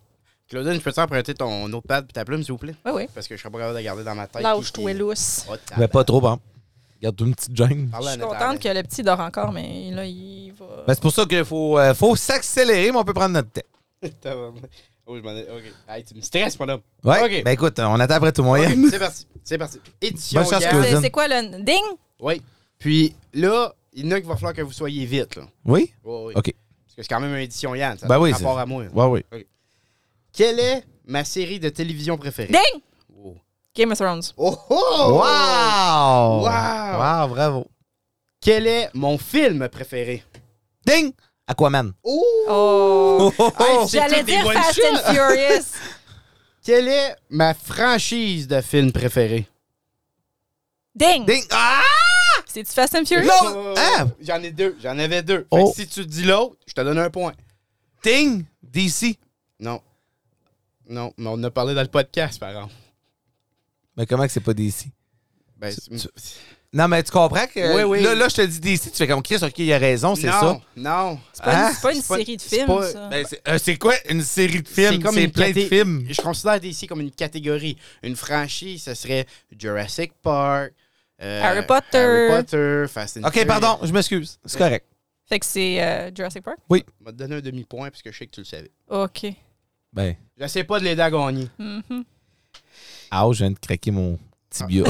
[SPEAKER 2] Claudine, je peux t'emprunter ton notepad et ta plume, s'il vous plaît?
[SPEAKER 1] Oui, oui.
[SPEAKER 2] Parce que je serais pas capable de garder dans ma tête.
[SPEAKER 1] Lâche-toi
[SPEAKER 2] qui- qui-
[SPEAKER 1] lousse.
[SPEAKER 2] Oh, tabarnak.
[SPEAKER 3] Mais pas trop, bon. Garde une petite gêne.
[SPEAKER 7] Ah,
[SPEAKER 2] Parle
[SPEAKER 1] Je
[SPEAKER 2] à
[SPEAKER 1] suis
[SPEAKER 2] notre
[SPEAKER 1] contente
[SPEAKER 2] Alain.
[SPEAKER 1] que le petit dort encore, mais là, il va...
[SPEAKER 3] Ben, c'est pour ça qu'il faut, euh, faut s'accélérer, mais on peut prendre notre temps.
[SPEAKER 2] Tabarnak. Oh, je m'en ai. OK. Hey, tu me stresses, mon homme.
[SPEAKER 3] Ouais.
[SPEAKER 2] OK.
[SPEAKER 3] Ben écoute, on attend après tout moyen.
[SPEAKER 2] OK, c'est parti. C'est parti. Édition.
[SPEAKER 3] Bonne chance,
[SPEAKER 2] Yann.
[SPEAKER 3] Claudine.
[SPEAKER 1] C'est c'est quoi le... Ding!
[SPEAKER 2] Oui. Puis là, il y en a qui va falloir que vous soyez vite, là.
[SPEAKER 3] Oui?
[SPEAKER 2] Oui, oui.
[SPEAKER 3] OK.
[SPEAKER 2] Parce que c'est quand même une édition Yann. Ça
[SPEAKER 3] Ben
[SPEAKER 2] a
[SPEAKER 3] oui,
[SPEAKER 2] rapport
[SPEAKER 3] c'est-
[SPEAKER 2] à moi. là.
[SPEAKER 3] Ouais, oui.
[SPEAKER 2] Quelle est ma série de télévision préférée?
[SPEAKER 1] Ding!
[SPEAKER 2] Oh.
[SPEAKER 1] Game of Thrones.
[SPEAKER 2] Oh, oh!
[SPEAKER 3] Wow!
[SPEAKER 2] Wow!
[SPEAKER 3] Wow, bravo.
[SPEAKER 2] Quel est mon film préféré?
[SPEAKER 3] Ding! Aquaman.
[SPEAKER 2] Oh!
[SPEAKER 1] Oh!
[SPEAKER 2] Hey, c'est
[SPEAKER 1] J'allais
[SPEAKER 2] tout des
[SPEAKER 1] dire
[SPEAKER 2] one
[SPEAKER 1] Fast
[SPEAKER 2] shot.
[SPEAKER 1] and Furious.
[SPEAKER 2] Quelle est ma franchise de film préférée?
[SPEAKER 1] Ding!
[SPEAKER 3] Ding! Ah!
[SPEAKER 1] C'est-tu Fast and Furious?
[SPEAKER 3] Non. Oh,
[SPEAKER 2] Euh,
[SPEAKER 3] hein?
[SPEAKER 2] J'en ai deux. J'en avais deux. Fait
[SPEAKER 3] Oh.
[SPEAKER 2] que si tu dis l'autre, je te donne un point.
[SPEAKER 3] Ding! DC.
[SPEAKER 2] Non. Non, mais on en a parlé dans le podcast, par exemple.
[SPEAKER 3] Mais comment que c'est pas DC?
[SPEAKER 2] Ben,
[SPEAKER 3] Tu-
[SPEAKER 2] c'est-
[SPEAKER 3] Non, mais tu comprends que
[SPEAKER 2] Oui, oui.
[SPEAKER 3] Là, là, je te dis DC, tu fais comme Chris, ok, il a raison, c'est
[SPEAKER 2] non,
[SPEAKER 3] ça.
[SPEAKER 2] Non,
[SPEAKER 1] C'est pas,
[SPEAKER 3] Ah,
[SPEAKER 1] une- c'est pas une
[SPEAKER 2] c'est pas-
[SPEAKER 1] série de
[SPEAKER 2] c'est
[SPEAKER 1] films,
[SPEAKER 2] pas-
[SPEAKER 1] ça.
[SPEAKER 3] Ben, c'est euh, c'est quoi une série de films?
[SPEAKER 2] comme
[SPEAKER 3] C'est
[SPEAKER 2] une
[SPEAKER 3] plein de
[SPEAKER 2] caté-
[SPEAKER 3] films.
[SPEAKER 2] Je considère DC comme une catégorie. Une franchise, ce serait Jurassic Park, euh,
[SPEAKER 1] Harry Potter.
[SPEAKER 2] Harry Potter, Fast and
[SPEAKER 3] Ok,
[SPEAKER 2] Furious.
[SPEAKER 3] pardon, je m'excuse. C'est correct.
[SPEAKER 1] Fait que c'est euh, Jurassic Park?
[SPEAKER 2] Je vais te donner un demi-point parce que je sais que tu le savais.
[SPEAKER 1] OK.
[SPEAKER 3] Ben,
[SPEAKER 2] J'essaie pas de l'aider à gagner.
[SPEAKER 1] Mhm.
[SPEAKER 3] ah, je viens de craquer mon tibia.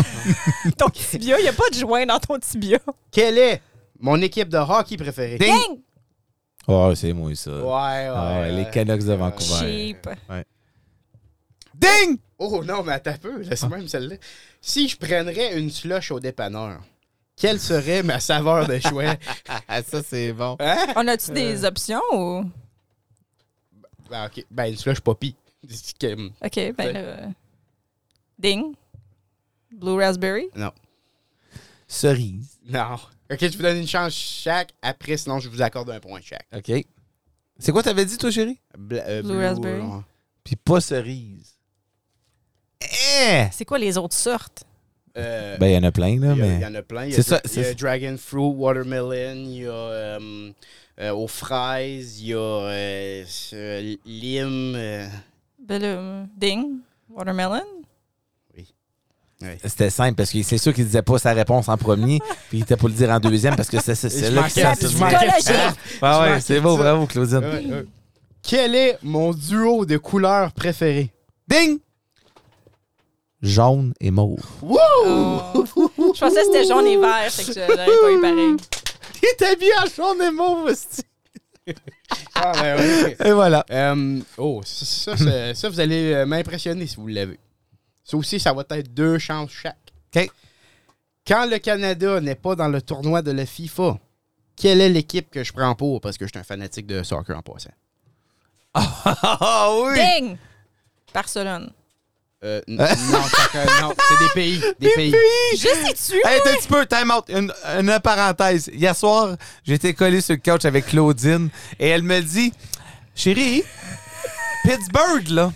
[SPEAKER 1] Ton tibia, il n'y a pas de joint dans ton tibia.
[SPEAKER 2] Quelle est mon équipe de hockey préférée?
[SPEAKER 3] Ding!
[SPEAKER 1] Ding!
[SPEAKER 3] Oh, c'est moi, ça.
[SPEAKER 2] Ouais, ouais.
[SPEAKER 3] Ah, ouais, les
[SPEAKER 2] ouais.
[SPEAKER 3] Canucks de Vancouver.
[SPEAKER 1] Cheap.
[SPEAKER 3] Ding!
[SPEAKER 2] Oh non, mais attends un peu, laisse même celle-là. Si je prendrais une slush au dépanneur, quelle serait ma saveur de choix?
[SPEAKER 3] Ah, ça, c'est bon.
[SPEAKER 1] On a-tu des options ou...
[SPEAKER 2] ben, ok. ben, une slush poppy. C'est que-
[SPEAKER 1] OK,
[SPEAKER 2] Ouais.
[SPEAKER 1] ben là... Ding. Blue Raspberry.
[SPEAKER 2] Non.
[SPEAKER 3] Cerise.
[SPEAKER 2] Non. Ok, je vous donne une chance chaque. Après, sinon, je vous accorde un point chaque.
[SPEAKER 3] OK. C'est quoi t'avais dit, toi, chérie?
[SPEAKER 2] Bla- euh,
[SPEAKER 1] Blue raspberry.
[SPEAKER 2] ouais.
[SPEAKER 3] Puis pas cerise. Eh!
[SPEAKER 1] C'est quoi les autres sortes?
[SPEAKER 2] Euh,
[SPEAKER 3] Ben, il y en a plein, là,
[SPEAKER 2] il, y a- il
[SPEAKER 3] mais...
[SPEAKER 2] y en a plein. Il y a,
[SPEAKER 3] C'est ça,
[SPEAKER 2] il y a
[SPEAKER 3] c'est-
[SPEAKER 2] Dragon Fruit, Watermelon, il y a euh, euh, aux fraises, il y a euh, euh, lime. euh,
[SPEAKER 1] Ben là, euh, Ding. Watermelon.
[SPEAKER 3] C'était simple, parce que c'est sûr qu'il disait pas sa réponse en premier, puis il était pour le dire en deuxième, parce que c'est c'est- c'est
[SPEAKER 2] Je
[SPEAKER 3] là que
[SPEAKER 2] manquais-
[SPEAKER 3] ça se
[SPEAKER 2] je
[SPEAKER 3] dit.
[SPEAKER 2] manquais de
[SPEAKER 1] Psychologique.
[SPEAKER 2] ça.
[SPEAKER 3] Ah
[SPEAKER 2] je
[SPEAKER 3] ouais,
[SPEAKER 2] manquais
[SPEAKER 3] c'est
[SPEAKER 2] de
[SPEAKER 3] beau,
[SPEAKER 2] ça.
[SPEAKER 3] bravo, Claudine.
[SPEAKER 2] Ouais, ouais. Euh, Quel est mon duo de couleurs préféré?
[SPEAKER 3] Ding! Jaune et mauve.
[SPEAKER 2] Wouh!
[SPEAKER 1] Je pensais que c'était jaune et vert, fait que je- j'aurais pas eu pareil.
[SPEAKER 3] Il était bien jaune et mauve, aussi.
[SPEAKER 2] Ah, ben ouais.
[SPEAKER 3] Et voilà.
[SPEAKER 2] Euh, oh, ça, ça, ça- ça, vous allez euh, m'impressionner si vous l'avez. Ça aussi, ça va être deux chances chaque.
[SPEAKER 3] OK.
[SPEAKER 2] Quand le Canada n'est pas dans le tournoi de la FIFA, quelle est l'équipe que je prends pour? Parce que je suis un fanatique de soccer en passant.
[SPEAKER 3] Ah oui!
[SPEAKER 1] Ding! Barcelone.
[SPEAKER 2] Euh, n- non, soccer, non, c'est des pays. Des, pays.
[SPEAKER 1] Je sais-tu?
[SPEAKER 3] Hey, t'as un petit peu, time out. Une, une parenthèse. Hier soir, j'étais collé sur le couch avec Claudine et elle me dit Chérie, Pittsburgh, là,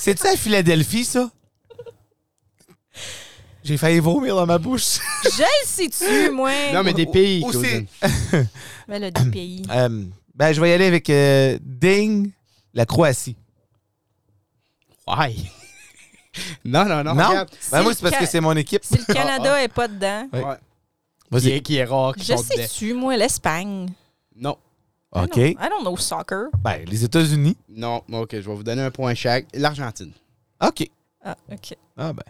[SPEAKER 3] c'est-tu à Philadelphie, ça? J'ai failli vomir dans ma bouche.
[SPEAKER 1] Je le sais-tu, moi?
[SPEAKER 2] Non, mais des pays.
[SPEAKER 3] Ou c'est-
[SPEAKER 2] Claudine.
[SPEAKER 1] Mais là, des Ben, pays.
[SPEAKER 3] Euh, ben, je vais y aller avec euh, Ding, la Croatie.
[SPEAKER 2] Why? non, non, non.
[SPEAKER 3] non?
[SPEAKER 2] regarde.
[SPEAKER 3] Ben, moi, c'est parce que c'est mon équipe.
[SPEAKER 1] Si le Canada est pas dedans,
[SPEAKER 3] Ah, Ouais.
[SPEAKER 2] Ouais. Qui est,
[SPEAKER 3] Vas-y.
[SPEAKER 2] qui est rare. qui
[SPEAKER 1] je
[SPEAKER 2] sont dedans.
[SPEAKER 1] sais-tu, moi, l'Espagne.
[SPEAKER 2] Non.
[SPEAKER 1] I
[SPEAKER 3] OK.
[SPEAKER 1] don't- I don't know soccer.
[SPEAKER 3] Ben, les États-Unis.
[SPEAKER 2] Non, ok, je vais vous donner un point chaque. L'Argentine.
[SPEAKER 3] OK.
[SPEAKER 1] Ah, OK. Tu
[SPEAKER 3] Ah, ben.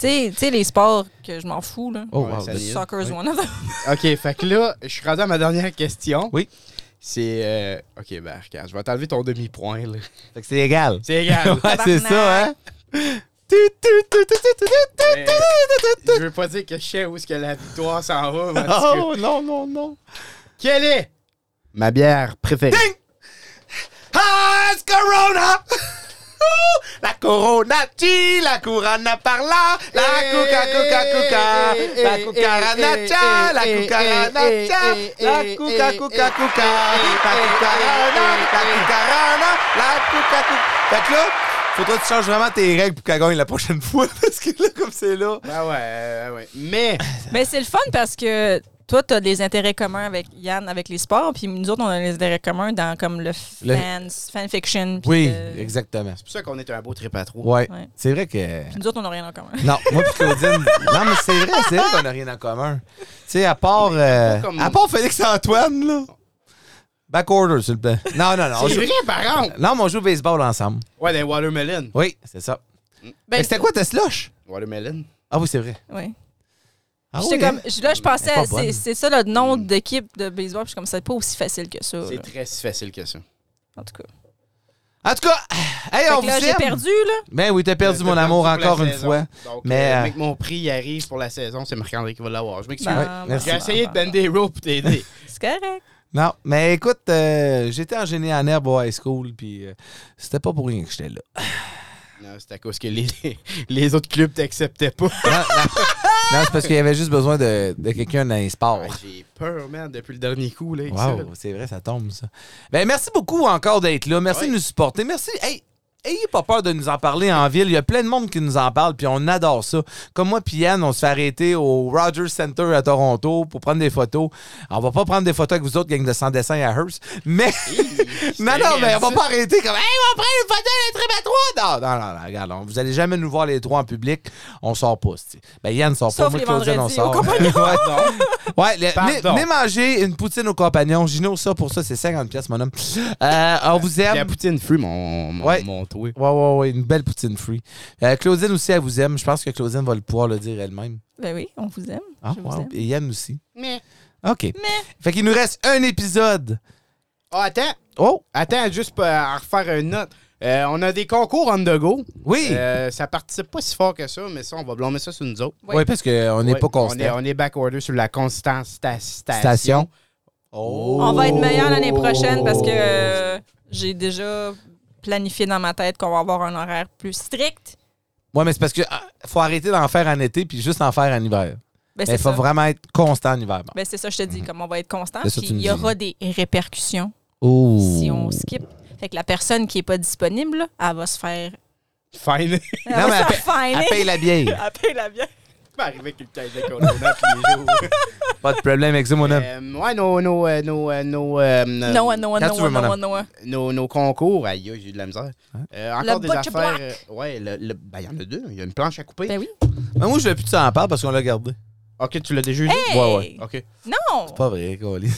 [SPEAKER 1] sais- tu sais, les sports que je m'en fous, là.
[SPEAKER 3] Oh,
[SPEAKER 2] Ouais,
[SPEAKER 3] wow.
[SPEAKER 2] ça
[SPEAKER 3] ben,
[SPEAKER 2] y est.
[SPEAKER 1] Soccer is one of them.
[SPEAKER 2] OK, fait que là, je suis rendu à ma dernière question.
[SPEAKER 3] Oui.
[SPEAKER 2] C'est. euh, OK, ben, regarde, je vais t'enlever ton demi-point, là.
[SPEAKER 3] fait que c'est égal.
[SPEAKER 2] C'est égal.
[SPEAKER 3] Ouais, c'est ça, hein? Tu, tu, tu, tu, tu, tu, tu.
[SPEAKER 2] Mais je veux pas dire que je sais où est-ce que la victoire s'en va, mais en tout cas,
[SPEAKER 3] Oh, non, non, non.
[SPEAKER 2] Quelle est ma bière préférée?
[SPEAKER 3] Ah, it's Corona! La corona ti, la courana par là, la
[SPEAKER 2] Eh,
[SPEAKER 3] cuca cuca cuca,
[SPEAKER 2] eh,
[SPEAKER 3] la
[SPEAKER 2] eh,
[SPEAKER 3] cucarana
[SPEAKER 2] eh,
[SPEAKER 3] cha,
[SPEAKER 2] eh,
[SPEAKER 3] la
[SPEAKER 2] eh,
[SPEAKER 3] cucarana
[SPEAKER 2] eh,
[SPEAKER 3] cha,
[SPEAKER 2] eh,
[SPEAKER 3] la
[SPEAKER 2] eh,
[SPEAKER 3] cuca
[SPEAKER 2] eh,
[SPEAKER 3] cuca
[SPEAKER 2] eh,
[SPEAKER 3] cuca,
[SPEAKER 2] eh,
[SPEAKER 3] la
[SPEAKER 2] eh,
[SPEAKER 3] cucarana,
[SPEAKER 2] eh,
[SPEAKER 3] la
[SPEAKER 2] eh,
[SPEAKER 3] cucarana, la cuca cuca. Fait que là, faudra que tu changes vraiment tes règles pour qu'elle gagne la prochaine fois, parce que là, comme c'est là.
[SPEAKER 2] Ben ouais, euh, ouais. Mais,
[SPEAKER 1] Mais c'est le fun parce que toi, tu as des intérêts communs avec Yann, avec les sports, puis nous autres, on a des intérêts communs dans comme le,
[SPEAKER 3] Le-
[SPEAKER 1] fans, fanfiction. puis
[SPEAKER 3] Oui,
[SPEAKER 2] Euh,
[SPEAKER 1] le-
[SPEAKER 3] exactement.
[SPEAKER 2] c'est pour ça qu'on est un beau trip à trois.
[SPEAKER 3] Ouais.
[SPEAKER 1] Ouais.
[SPEAKER 3] C'est vrai que.
[SPEAKER 1] Puis nous autres, on n'a rien en commun.
[SPEAKER 3] Non, moi puis Claudine. non, mais c'est vrai, c'est vrai qu'on n'a rien en commun. Tu sais, à part. euh,
[SPEAKER 2] comme-
[SPEAKER 3] à part Félix-Antoine, là. Backorder, s'il te plaît. Non, non, non. on
[SPEAKER 2] C'est
[SPEAKER 3] joue-
[SPEAKER 2] vrai, par contre.
[SPEAKER 3] Non, mais on joue au baseball ensemble.
[SPEAKER 2] Ouais, des watermelon.
[SPEAKER 3] Oui, c'est ça.
[SPEAKER 1] Ben,
[SPEAKER 3] Mais c'était quoi ta slush?
[SPEAKER 2] Watermelon.
[SPEAKER 3] Ah oui, c'est vrai.
[SPEAKER 1] Ouais.
[SPEAKER 3] Ah
[SPEAKER 1] J'étais
[SPEAKER 3] oui,
[SPEAKER 1] comme,
[SPEAKER 3] hein?
[SPEAKER 1] je- là, je pensais,
[SPEAKER 3] Elle
[SPEAKER 1] à-
[SPEAKER 3] est pas bonne. Mm.
[SPEAKER 1] c'est c'est ça le nom d'équipe de baseball, puis je suis comme, c'est pas aussi facile que ça.
[SPEAKER 2] C'est
[SPEAKER 1] là.
[SPEAKER 2] très si facile que ça.
[SPEAKER 1] En tout cas.
[SPEAKER 3] En tout cas, hey,
[SPEAKER 1] Fait
[SPEAKER 3] on
[SPEAKER 1] que
[SPEAKER 3] vous
[SPEAKER 1] là, j'ai
[SPEAKER 3] aime.
[SPEAKER 1] perdu, là.
[SPEAKER 3] Ben oui, t'as perdu mon amour
[SPEAKER 2] pour la
[SPEAKER 3] encore une
[SPEAKER 2] saison.
[SPEAKER 3] fois.
[SPEAKER 2] Donc,
[SPEAKER 3] Mais,
[SPEAKER 2] mais
[SPEAKER 3] euh,
[SPEAKER 2] que mon prix il arrive pour la saison, c'est Marc-André qui va l'avoir. Je m'excuse.
[SPEAKER 1] Ben,
[SPEAKER 3] Ouais,
[SPEAKER 1] ben,
[SPEAKER 3] merci.
[SPEAKER 2] J'ai
[SPEAKER 1] ben,
[SPEAKER 2] essayé de
[SPEAKER 1] ben,
[SPEAKER 2] bend des ropes pour t'aider.
[SPEAKER 1] ben. C'est correct.
[SPEAKER 3] Non, mais écoute, euh, j'étais en génie en herbe au high school, puis euh, c'était pas pour rien que j'étais là.
[SPEAKER 2] non, c'est à cause que les, les autres clubs t'acceptaient pas.
[SPEAKER 3] Non, non. Non, c'est parce qu'il y avait juste besoin de, de quelqu'un dans les sports.
[SPEAKER 2] Ouais, J'ai peur, man, depuis le dernier coup. Là, avec ça, là.
[SPEAKER 3] Wow, c'est vrai, ça tombe, ça. Ben, merci beaucoup encore d'être là. Merci
[SPEAKER 2] Ouais.
[SPEAKER 3] de nous supporter. Merci. Hey, ayez pas peur de nous en parler en ville. Il y a plein de monde qui nous en parle, puis on adore ça. Comme moi, puis Yann, on se fait arrêter au Rogers Center à Toronto pour prendre des photos. On va pas prendre des photos avec vous autres, gang de sans dessin à Hearst, mais. Non, non, mais on va pas arrêter comme Hey, on va prendre une photo de la trip à trois! Non, non, non, non, regarde, on- vous allez jamais nous voir les trois en public. On sort pas, c'ti. Ben, Yann sort pas,
[SPEAKER 1] Sauf
[SPEAKER 3] moi,
[SPEAKER 1] les
[SPEAKER 3] Claudine, on
[SPEAKER 1] vendredis
[SPEAKER 3] sort.
[SPEAKER 1] au compagnon.
[SPEAKER 3] Ouais, non. Ouais, le- venez-
[SPEAKER 2] Pardon.
[SPEAKER 3] venez manger une poutine aux compagnons. Gino, ça, pour ça, c'est 50 pièces, mon homme. Euh, on vous
[SPEAKER 2] La
[SPEAKER 3] aime.
[SPEAKER 2] poutine fut mon, mon,
[SPEAKER 3] Ouais.
[SPEAKER 2] mon toit.
[SPEAKER 3] Ouais, ouais, ouais, une belle poutine free. Euh, Claudine aussi, elle vous aime. Je pense que Claudine va le pouvoir le dire elle-même.
[SPEAKER 1] Ben oui, on vous aime.
[SPEAKER 3] Ah,
[SPEAKER 1] Je vous
[SPEAKER 3] wow.
[SPEAKER 1] aime.
[SPEAKER 3] Et Yann aussi.
[SPEAKER 2] Mais.
[SPEAKER 3] OK. Fait qu'il nous reste un épisode.
[SPEAKER 2] Ah, attends.
[SPEAKER 3] Oh,
[SPEAKER 2] Attends, juste pour euh, en refaire une note. Euh, on a des concours on the go.
[SPEAKER 3] oui.
[SPEAKER 2] Euh, ça participe pas si fort que ça, mais ça, on va blâmer ça sur nous autres.
[SPEAKER 3] oui, parce qu'on n'est
[SPEAKER 2] Ouais,
[SPEAKER 3] pas
[SPEAKER 2] On est,
[SPEAKER 3] constant.
[SPEAKER 2] on est backorder sur la constance sta- station.
[SPEAKER 3] Station.
[SPEAKER 1] On va être meilleur l'année
[SPEAKER 3] Oh.
[SPEAKER 1] prochaine parce que euh, j'ai déjà planifié dans ma tête qu'on va avoir un horaire plus strict.
[SPEAKER 3] Ouais, mais c'est parce que ah, faut arrêter d'en faire en été puis juste en faire en hiver.
[SPEAKER 1] Ben,
[SPEAKER 3] Mais
[SPEAKER 1] c'est
[SPEAKER 3] il faut
[SPEAKER 1] ça.
[SPEAKER 3] vraiment être constant en hiver. Bon.
[SPEAKER 1] Ben, c'est ça, je te dis, comme on va être constant,
[SPEAKER 3] C'est ça,
[SPEAKER 1] puis
[SPEAKER 3] tu me
[SPEAKER 1] il y
[SPEAKER 3] dis.
[SPEAKER 1] aura des répercussions
[SPEAKER 3] Oh.
[SPEAKER 1] si on skip. Fait que la personne qui n'est pas disponible, là, elle va se faire.
[SPEAKER 2] Fine.
[SPEAKER 1] Elle va
[SPEAKER 3] Non, mais
[SPEAKER 1] se
[SPEAKER 3] elle
[SPEAKER 1] faire
[SPEAKER 3] Elle
[SPEAKER 1] finer.
[SPEAKER 3] paye la bière.
[SPEAKER 1] Elle paye la bière.
[SPEAKER 2] pas arrivé avec le tête de corona tous les jours.
[SPEAKER 3] Pas de problème avec ça, mon homme.
[SPEAKER 2] Euh, ouais, nos, nos, euh, nos, euh, nos, euh,
[SPEAKER 1] Noah, Noah,
[SPEAKER 3] quand tu veux,
[SPEAKER 1] Noah, Noah,
[SPEAKER 3] madame.
[SPEAKER 1] Noah.
[SPEAKER 2] nos- nos concours. Aïe, aïe, j'ai eu de la misère. Euh, encore
[SPEAKER 1] Le
[SPEAKER 2] des
[SPEAKER 1] butcher
[SPEAKER 2] affaires.
[SPEAKER 1] block.
[SPEAKER 2] euh, ouais, le- le- ben, il y en a deux. Il y a une planche à couper.
[SPEAKER 1] Ben oui.
[SPEAKER 3] Mais moi, je veux plus que tu en parles parce qu'on l'a gardé.
[SPEAKER 2] Ok, tu l'as déjà eu.
[SPEAKER 1] Hey!
[SPEAKER 3] Ouais, ouais.
[SPEAKER 2] Ok,
[SPEAKER 1] Non!
[SPEAKER 3] Pas vrai, Colin.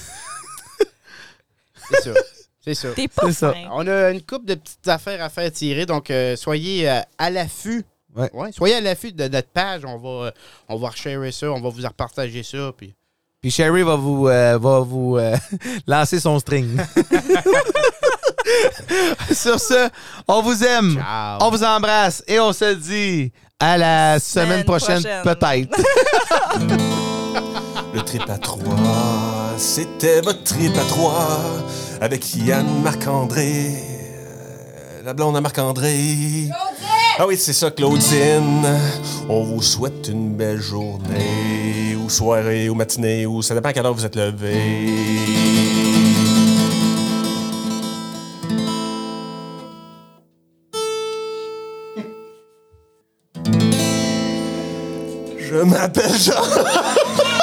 [SPEAKER 2] c'est ça. c'est ça.
[SPEAKER 1] T'es pas
[SPEAKER 3] C'est ça.
[SPEAKER 1] fin.
[SPEAKER 2] On a une couple de petites affaires à faire tirer, donc euh, soyez euh, à l'affût.
[SPEAKER 3] Ouais.
[SPEAKER 2] soyez à l'affût de notre page. On va, euh, on va resharer ça, on va vous repartager ça. Puis...
[SPEAKER 3] Puis Sherry va vous, euh, va vous euh, lancer son string. Sur ce, on vous aime,
[SPEAKER 2] Ciao.
[SPEAKER 3] on vous embrasse et on se dit à la semaine,
[SPEAKER 1] Semaine
[SPEAKER 3] prochaine,
[SPEAKER 1] prochaine.
[SPEAKER 3] peut-être.
[SPEAKER 8] Le trip à trois, c'était votre trip à trois avec Yann Marc-André. euh, La blonde à Marc-André. Ah oui, c'est ça, Claudine. On vous souhaite une belle journée, ou soirée, ou matinée, ou ça dépend à quelle heure vous êtes levé. Je m'appelle Jean.